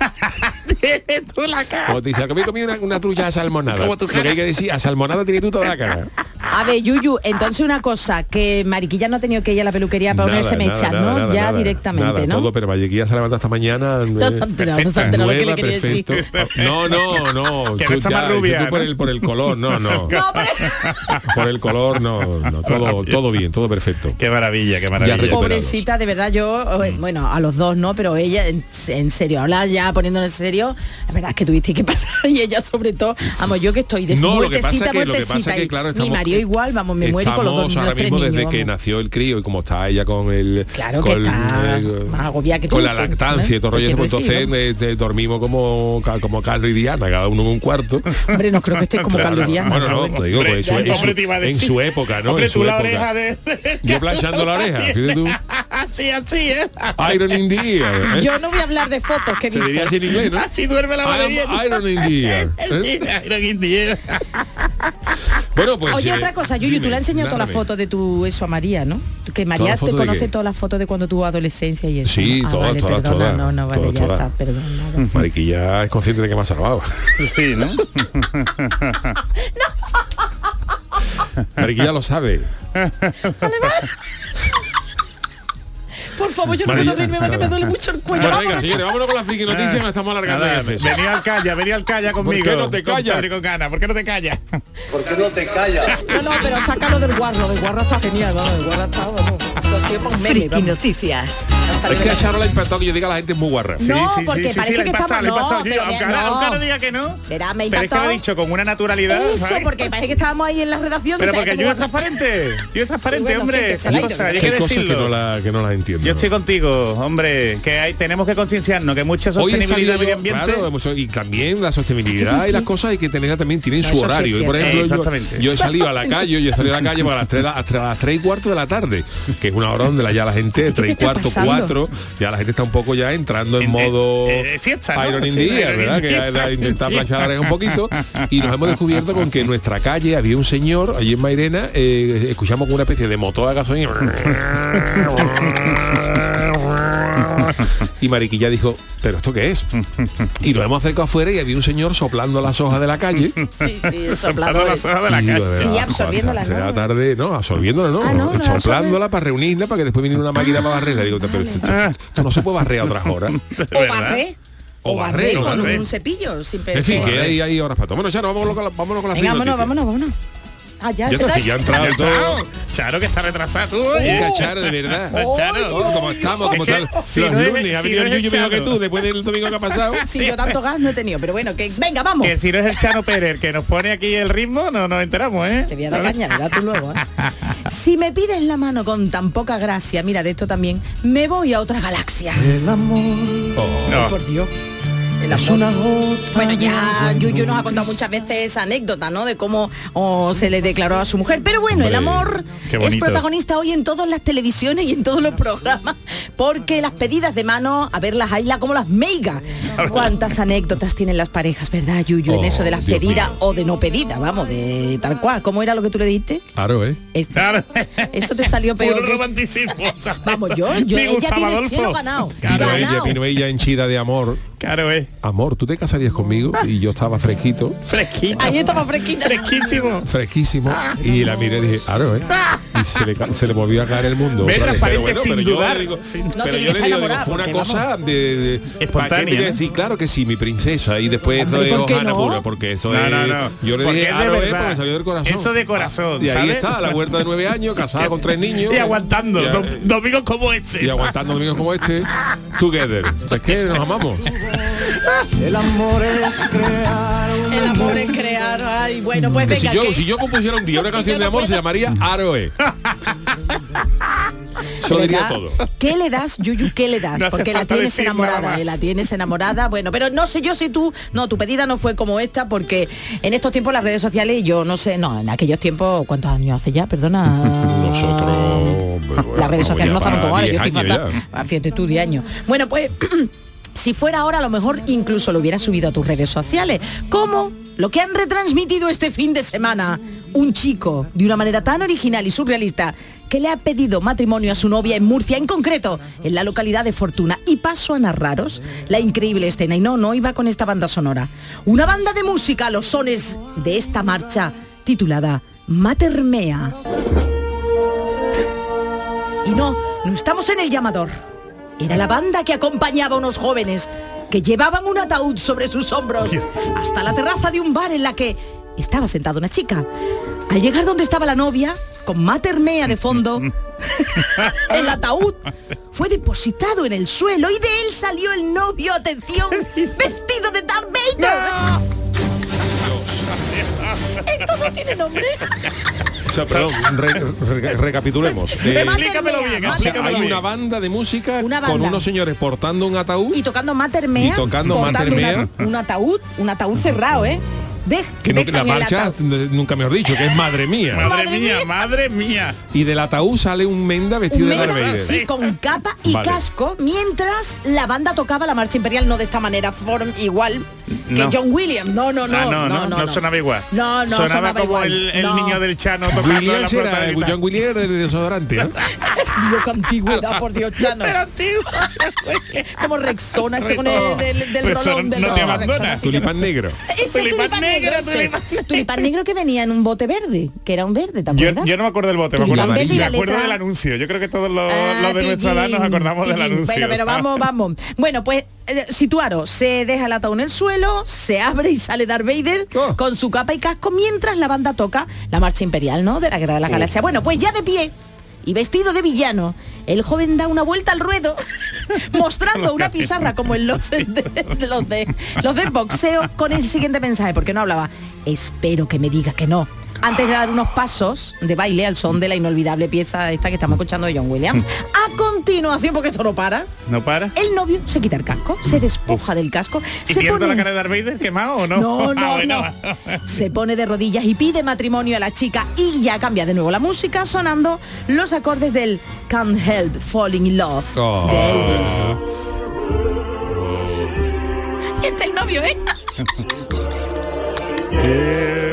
Speaker 4: Tienes tú la cara.
Speaker 3: Como te dice, comí, comí una, una trucha asalmonada.
Speaker 4: Como tu
Speaker 3: Lo que hay que decir, asalmonada tiene tú toda la cara.
Speaker 6: A ver, Yuyu, entonces una cosa, que Mariquilla no ha tenido que ir a la peluquería para
Speaker 3: Nada,
Speaker 6: ponerse
Speaker 3: nada,
Speaker 6: mechas,
Speaker 3: nada,
Speaker 6: ¿no?
Speaker 3: nada,
Speaker 6: ya
Speaker 3: nada,
Speaker 6: directamente,
Speaker 3: nada,
Speaker 6: ¿no?
Speaker 3: Todo, pero Vallequilla se levanta esta mañana.
Speaker 6: No
Speaker 3: eh,
Speaker 6: se ha enterado, no se ha
Speaker 4: perfecta,
Speaker 6: enterado lo que le
Speaker 3: nueva,
Speaker 6: quería decir.
Speaker 3: perfecto. No, no, no.
Speaker 4: Que no está más
Speaker 3: dices
Speaker 4: rubia,
Speaker 3: tú por,
Speaker 4: ¿no?
Speaker 3: el, por el color, no, no.
Speaker 6: No, pero-
Speaker 3: Por el color, no, no. Todo, todo bien, todo perfecto.
Speaker 4: Qué maravilla, qué maravilla.
Speaker 3: recuperado.
Speaker 6: Pobrecita, de verdad, yo,
Speaker 3: Mm.
Speaker 6: eh, bueno, a los dos no, pero ella, en, en serio, habla ya poniéndonos en serio, la verdad es que tuviste que pasar y ella sobre todo, vamos, yo que estoy de
Speaker 3: No, lo que pasa
Speaker 6: muertecita,
Speaker 3: es que, lo que pasa
Speaker 6: muertecita,
Speaker 3: es que
Speaker 6: y
Speaker 3: claro,
Speaker 6: mi
Speaker 3: estamos,
Speaker 6: marido igual, vamos, me muero y con los dos
Speaker 3: estamos ahora
Speaker 6: los tres
Speaker 3: mismo desde
Speaker 6: niños,
Speaker 3: que
Speaker 6: vamos.
Speaker 3: nació el crío y como está ella con el
Speaker 6: Claro que
Speaker 3: con,
Speaker 6: está más agobiada que tú,
Speaker 3: con la
Speaker 6: tú,
Speaker 3: lactancia y todo
Speaker 6: ¿eh?
Speaker 3: rollo,
Speaker 6: Te quiero
Speaker 3: pues, entonces
Speaker 6: decir,
Speaker 3: eh, eh, dormimos como ca- como Carlos y Diana, cada uno en un cuarto.
Speaker 6: Hombre, no creo que estés como
Speaker 3: Claro,
Speaker 6: Carlos Díaz.
Speaker 3: Bueno,
Speaker 6: ¿no?
Speaker 3: no, te digo, pues, en su-
Speaker 6: Hombre,
Speaker 3: en,
Speaker 6: hombre,
Speaker 4: te iba a
Speaker 3: su, en
Speaker 4: decir.
Speaker 3: su época, ¿no?
Speaker 4: Hombre,
Speaker 3: en su
Speaker 4: tú la
Speaker 3: época.
Speaker 4: oreja de...
Speaker 3: Yo planchando la oreja, fíjate tú.
Speaker 4: así, así, ¿eh?
Speaker 3: Iron India.
Speaker 6: Yo no voy a hablar de fotos que he
Speaker 3: Se diría
Speaker 6: visto.
Speaker 3: así en inglés, ¿no?
Speaker 4: Así duerme la madre.
Speaker 3: I'm Iron India. ¿eh?
Speaker 4: ¿eh?
Speaker 3: Bueno, pues.
Speaker 6: Oye,
Speaker 3: eh,
Speaker 6: otra cosa, Yuyu, tú
Speaker 3: dime,
Speaker 6: le has enseñado todas las
Speaker 3: narrame.
Speaker 6: fotos de tu eso a María, ¿no? Que María
Speaker 3: las
Speaker 6: te
Speaker 3: fotos de
Speaker 6: conoce
Speaker 3: qué?
Speaker 6: todas las fotos de cuando tuvo adolescencia y eso.
Speaker 3: Sí,
Speaker 6: ¿no? Ah,
Speaker 3: todas,
Speaker 6: vale,
Speaker 3: todas,
Speaker 6: perdona,
Speaker 3: todas.
Speaker 6: No, no, vale,
Speaker 3: Todas,
Speaker 6: ya
Speaker 3: todas.
Speaker 6: está, perdón. nada.
Speaker 3: Mariquilla es consciente de que me ha salvado.
Speaker 4: Sí, ¿no?
Speaker 3: Mariquilla lo sabe.
Speaker 6: Por favor, yo no
Speaker 3: María.
Speaker 6: puedo dormirme porque me duele mucho el cuello.
Speaker 3: Bueno, venga,
Speaker 6: Vámonos,
Speaker 3: señores, vámonos con la friki noticia, nos estamos alargando
Speaker 4: Nada,
Speaker 3: a veces.
Speaker 4: venía al calla, venía al calla
Speaker 3: qué
Speaker 4: conmigo.
Speaker 3: no te
Speaker 4: Con
Speaker 3: callas?
Speaker 4: Pedro y Con Ana, ¿Por qué no te callas?
Speaker 7: ¿Por qué no te callas?
Speaker 6: No, no, pero sácalo del guarro, del guarro está genial, vamos, del guarro está, vamos, lo siento, un meme,
Speaker 1: Friki
Speaker 6: vamos.
Speaker 1: Noticias.
Speaker 3: Es que a Charo le ha impactado que yo diga a la gente es muy guarra.
Speaker 6: Sí. No, porque parece
Speaker 4: le
Speaker 6: que
Speaker 4: he pasado,
Speaker 6: estamos-
Speaker 4: le he pasado.
Speaker 6: no,
Speaker 4: Yo,
Speaker 6: pero
Speaker 4: aunque,
Speaker 6: bien, no.
Speaker 4: aunque ahora diga que no.
Speaker 6: Verá, me ha
Speaker 4: pero es que lo
Speaker 6: impactado.
Speaker 4: he dicho con una naturalidad.
Speaker 6: Eso,
Speaker 4: ¿sabes?
Speaker 6: porque parece que estábamos ahí en la redacción.
Speaker 4: Pero
Speaker 6: o sea,
Speaker 4: porque
Speaker 6: este
Speaker 4: yo
Speaker 6: guarro-
Speaker 4: es transparente. Yo es transparente,
Speaker 6: bueno, sí,
Speaker 4: hombre.
Speaker 6: que se
Speaker 4: esas
Speaker 6: la-
Speaker 4: cosas, hay
Speaker 3: Hay
Speaker 4: que
Speaker 3: cosas que no,
Speaker 4: decirlo.
Speaker 3: la, que no las entiendo.
Speaker 4: Yo estoy contigo, hombre, que hay, tenemos que concienciarnos que mucha
Speaker 3: Hoy he
Speaker 4: sostenibilidad
Speaker 3: salido-
Speaker 4: medioambiental.
Speaker 3: claro, hemos- y también la sostenibilidad y las cosas hay que tener también tienen
Speaker 6: No,
Speaker 3: su
Speaker 6: eso sí
Speaker 3: horario.
Speaker 6: es
Speaker 3: Y, por
Speaker 6: cierto.
Speaker 3: ejemplo, yo-
Speaker 4: Exactamente.
Speaker 3: yo, he salido a la calle, yo he salido a la calle para las 3, hasta las 3 y cuarto de la tarde, que es una hora donde la, ya la gente, 3 y
Speaker 6: está
Speaker 3: cuarto,
Speaker 6: pasando?
Speaker 3: 4, ya la gente está un poco ya entrando en
Speaker 4: En-
Speaker 3: modo
Speaker 4: eh, eh, siesta, ¿no?
Speaker 3: Iron
Speaker 4: Sí,
Speaker 3: India,
Speaker 4: Iron
Speaker 3: ¿verdad?
Speaker 4: India.
Speaker 3: Que ya- ya intentar planchar la oreja un poquito. Y nos hemos descubierto con que en nuestra calle había un señor, allí en Mairena, eh, escuchamos con una especie de motor a gasolina. Y Mariquilla dijo, ¿pero esto qué es? Y nos hemos acercado afuera y había un señor soplando las hojas de la calle.
Speaker 6: Sí, sí,
Speaker 4: Soplando
Speaker 6: soplando.
Speaker 4: las hojas de la
Speaker 3: Y
Speaker 4: calle.
Speaker 3: digo, de
Speaker 6: Sí,
Speaker 3: verdad,
Speaker 6: absorbiéndola,
Speaker 3: o sea,
Speaker 6: ¿no?
Speaker 3: será tarde, no, absorbiéndola, no,
Speaker 6: Ah, no, no la absorbe.
Speaker 3: soplándola para reunirla para que después viniera una máquina para barrerla. Digo, pero esto, esto- esto no se puede barrer a otras horas.
Speaker 6: O
Speaker 4: ¿Verdad?
Speaker 6: barré.
Speaker 3: O
Speaker 6: O barré
Speaker 3: barré, o
Speaker 6: con
Speaker 3: barré.
Speaker 6: un cepillo, siempre.
Speaker 3: En fin, que
Speaker 4: barrer.
Speaker 3: hay, hay horas para todo. Bueno, ya nos vamos con la, vámonos con la
Speaker 6: Venga,
Speaker 3: friki
Speaker 6: vámonos,
Speaker 3: noticia.
Speaker 6: vámonos, vámonos. Ah, ya,
Speaker 3: Ya está,
Speaker 6: ¿verdad?
Speaker 3: si ya ha entrado y todo.
Speaker 4: Charo, Charo, que está retrasada tú.
Speaker 3: Venga,
Speaker 4: oye.
Speaker 3: Charo, de verdad.
Speaker 6: Oh,
Speaker 4: Charo.
Speaker 3: Oh, como estamos, como
Speaker 4: Es que
Speaker 3: tal.
Speaker 4: si
Speaker 3: Los
Speaker 4: no es-
Speaker 3: lunes, ha
Speaker 4: si
Speaker 3: venido
Speaker 4: no es
Speaker 3: el Yuyu
Speaker 4: el
Speaker 3: mejor que
Speaker 4: Chano.
Speaker 3: tú, después del domingo que ha pasado.
Speaker 6: Sí, yo tanto gas no he tenido, pero bueno, que venga, vamos.
Speaker 4: Que si no es el Chano Pérez el que nos pone aquí el ritmo, no nos enteramos, ¿eh?
Speaker 6: Te voy a dar caña, verás tú luego. ¿eh? Si me pides la mano con tan poca gracia, mira, de esto también, me voy a otra galaxia.
Speaker 4: No.
Speaker 6: Por Dios. El amor. Bueno, ya Yuyu nos ha contado muchas veces esa anécdota, ¿no? De cómo oh, se le declaró a su mujer. Pero bueno, el amor
Speaker 4: qué
Speaker 6: es
Speaker 4: bonito.
Speaker 6: protagonista hoy en todas las televisiones y en todos los programas, porque las pedidas de mano, a ver, las aila como las meigas. ¿Cuántas anécdotas tienen las parejas, verdad, Yuyu? en
Speaker 3: Oh,
Speaker 6: eso de las
Speaker 3: Dios
Speaker 6: pedidas
Speaker 3: mío.
Speaker 6: o de no pedidas, vamos, de tal cual. ¿Cómo era lo que tú le diste?
Speaker 3: Claro, ¿eh?
Speaker 6: Esto,
Speaker 4: Claro.
Speaker 6: eso te salió peor.
Speaker 4: Puro
Speaker 6: que-
Speaker 4: romanticismo. ¿sabes?
Speaker 6: Vamos, yo, yo,
Speaker 4: Ni
Speaker 6: ella
Speaker 4: Gustavo
Speaker 6: tiene el
Speaker 4: Adolfo.
Speaker 6: cielo ganado.
Speaker 4: Claro,
Speaker 3: Vino
Speaker 4: eh.
Speaker 3: ella,
Speaker 6: Ganado.
Speaker 3: vino ella henchida de amor.
Speaker 4: Claro, eh.
Speaker 3: Amor, ¿tú te casarías conmigo? Y yo estaba fresquito.
Speaker 4: Fresquito.
Speaker 6: Ahí estaba fresquita.
Speaker 4: Fresquísimo.
Speaker 3: fresquísimo
Speaker 6: Ah,
Speaker 3: y la miré y dije, claro, ¿eh? Y se le, ca- se le volvió a caer el mundo.
Speaker 4: Ves,
Speaker 3: otra vez.
Speaker 4: transparente, sin
Speaker 3: yo
Speaker 4: dudar.
Speaker 3: le digo-
Speaker 4: Sin-
Speaker 6: No,
Speaker 3: pero
Speaker 6: tiene
Speaker 3: yo
Speaker 6: que
Speaker 3: le
Speaker 6: estar
Speaker 3: digo, digo,
Speaker 6: enamorado,
Speaker 3: fue una
Speaker 6: porque
Speaker 3: cosa de, de-
Speaker 4: Espontánea,
Speaker 3: ¿para qué te voy a
Speaker 4: ¿no?
Speaker 3: decir, claro que sí, mi princesa, y después eso
Speaker 6: Hombre,
Speaker 3: es
Speaker 6: ¿por qué
Speaker 3: hojana
Speaker 6: no?
Speaker 3: pura, porque eso es... Yo le
Speaker 4: Porque
Speaker 3: dije,
Speaker 4: es de
Speaker 3: claro, ¿eh?
Speaker 4: verdad.
Speaker 3: porque salió del corazón.
Speaker 4: Eso de corazón,
Speaker 3: Y ahí
Speaker 4: ¿sabes?
Speaker 3: está, a la huerta de nueve años, casada con tres niños.
Speaker 4: Y aguantando.
Speaker 3: Y,
Speaker 4: dom- Domingos como ese.
Speaker 3: y aguantando domingos como este, together. Es que nos amamos.
Speaker 6: El amor es crear. Ay, bueno, pues
Speaker 3: Que si,
Speaker 6: venga.
Speaker 3: yo,
Speaker 6: que-
Speaker 3: si yo compusiera un día una
Speaker 6: Si yo
Speaker 3: canción de
Speaker 6: no
Speaker 3: amor, se
Speaker 6: puedo.
Speaker 3: llamaría Aroe. Se lo diría
Speaker 6: ¿Verdad?
Speaker 3: todo.
Speaker 6: ¿Qué le das, Yuyu? ¿Qué le das?
Speaker 4: No hace
Speaker 6: Porque la
Speaker 4: falta
Speaker 6: tienes
Speaker 4: decir nada
Speaker 6: enamorada,
Speaker 4: más.
Speaker 6: eh, la tienes enamorada. Bueno, pero no sé yo si tú, no, tu pedida no fue como esta, porque en estos tiempos las redes sociales, yo no sé, no, en aquellos tiempos, ¿cuántos años hace ya? Perdona.
Speaker 3: Nosotros, hombre, bueno,
Speaker 6: Ah, las
Speaker 3: vamos
Speaker 6: redes sociales
Speaker 3: ya
Speaker 6: no estaban
Speaker 3: para
Speaker 6: como ahora, yo
Speaker 3: 10
Speaker 6: estoy
Speaker 3: años
Speaker 6: fatal. Ah, Fíjate tú, 10 años. Bueno, pues si fuera ahora, a lo mejor incluso lo hubiera subido a tus redes sociales. Como lo que han retransmitido este fin de semana. Un chico, de una manera tan original y surrealista, que le ha pedido matrimonio a su novia en Murcia, en concreto, en la localidad de Fortuna. Y paso a narraros la increíble escena. Y no, no iba con esta banda sonora. Una banda de música a los sones de esta marcha titulada Matermea. Y no, no estamos en el llamador. Era la banda que acompañaba a unos jóvenes que llevaban un ataúd sobre sus hombros
Speaker 4: Dios.
Speaker 6: hasta la terraza de un bar en la que estaba sentada una chica. Al llegar donde estaba la novia, con Matermea de fondo, el ataúd fue depositado en el suelo y de él salió el novio, atención, vestido de Darth Vader. Esto no tiene nombre.
Speaker 3: O sea, perdón, re- re- recapitulemos. Eh,
Speaker 6: Mater
Speaker 4: explícamelo
Speaker 6: Mea,
Speaker 4: bien,
Speaker 3: o sea,
Speaker 6: Mater
Speaker 4: explícamelo
Speaker 6: Mea.
Speaker 3: hay
Speaker 4: bien.
Speaker 3: una banda de música
Speaker 6: Una banda.
Speaker 3: con unos señores portando un ataúd
Speaker 6: Y tocando Matermea.
Speaker 3: Y tocando Mater Mea.
Speaker 6: Un ataúd, un ataúd cerrado, ¿eh? Dej-
Speaker 3: que no, que
Speaker 6: dejan
Speaker 3: la
Speaker 6: el
Speaker 3: marcha,
Speaker 6: ataúd.
Speaker 3: nunca mejor dicho, que es madre mía.
Speaker 4: Madre,
Speaker 6: Madre
Speaker 4: mía,
Speaker 6: mía.
Speaker 4: madre mía.
Speaker 3: Y del ataúd sale un menda vestido
Speaker 6: Un
Speaker 3: de Darth
Speaker 6: metro,
Speaker 3: Vader.
Speaker 6: sí, con capa y
Speaker 3: Vale.
Speaker 6: casco, mientras la banda tocaba la marcha imperial, no de esta manera, form igual que
Speaker 4: No.
Speaker 6: John Williams. No, no, no,
Speaker 4: Ah,
Speaker 6: no, no, no.
Speaker 4: sonaba igual.
Speaker 6: No, no,
Speaker 4: sonaba,
Speaker 6: sonaba
Speaker 4: como
Speaker 6: igual.
Speaker 4: el, el
Speaker 6: No.
Speaker 4: niño del Chano tocando la
Speaker 3: Williams
Speaker 4: flauta
Speaker 3: era
Speaker 4: de guitarra.
Speaker 3: John Williams era de desodorante, ¿no?
Speaker 6: Dios, qué antigüedad, por Dios, Chano.
Speaker 4: Pero, tío,
Speaker 6: Como Rexona, este con el del, del
Speaker 4: Rexona,
Speaker 6: rolón del
Speaker 4: no te
Speaker 6: rolón,
Speaker 4: abandonas.
Speaker 6: Rexona, sí.
Speaker 3: Ah, Tulipán negro.
Speaker 6: Ese
Speaker 4: Tulipán
Speaker 6: tulipán
Speaker 4: negro,
Speaker 6: negro, ese.
Speaker 4: tulipán negro.
Speaker 6: Tulipán negro que venía en un bote verde, que era un verde, ¿te
Speaker 4: Yo,
Speaker 6: acuerdas?
Speaker 4: yo no me acuerdo del bote, me
Speaker 6: Tulipán
Speaker 4: acuerdo,
Speaker 6: verde y
Speaker 4: me
Speaker 6: la
Speaker 4: acuerdo
Speaker 6: letra-
Speaker 4: del anuncio. Yo creo que todos los,
Speaker 6: Ah,
Speaker 4: los de nuestra edad
Speaker 6: pillín,
Speaker 4: nos acordamos del
Speaker 6: pillín.
Speaker 4: anuncio.
Speaker 6: Bueno, pero vamos, vamos. Bueno, pues eh, situaros, se deja el ataúd en el suelo, se abre y sale Darth Vader
Speaker 3: Oh.
Speaker 6: con su capa y casco mientras la banda toca la marcha imperial, ¿no? De la Guerra de la Galaxia. Bueno, pues ya de pie y vestido de villano, el joven da una vuelta al ruedo mostrando una pizarra como en los de, los de los de boxeo con el siguiente mensaje, porque no hablaba. Espero que me diga que no. Antes de dar unos pasos de baile al son de la inolvidable pieza esta que estamos escuchando de John Williams. A continuación, porque esto no para,
Speaker 4: ¿No para?
Speaker 6: el novio se quita el casco, se despoja del casco,
Speaker 4: ¿Y
Speaker 6: se
Speaker 4: pierdo
Speaker 6: pone
Speaker 4: la cara de Darth Vader quemado o no?
Speaker 6: no,
Speaker 4: Ah,
Speaker 6: no,
Speaker 4: bueno.
Speaker 6: no. Se pone de rodillas y pide matrimonio a la chica y ya cambia de nuevo la música sonando los acordes del Can't Help Falling in Love
Speaker 3: Oh.
Speaker 6: de Elvis. Y este el novio, ¿eh?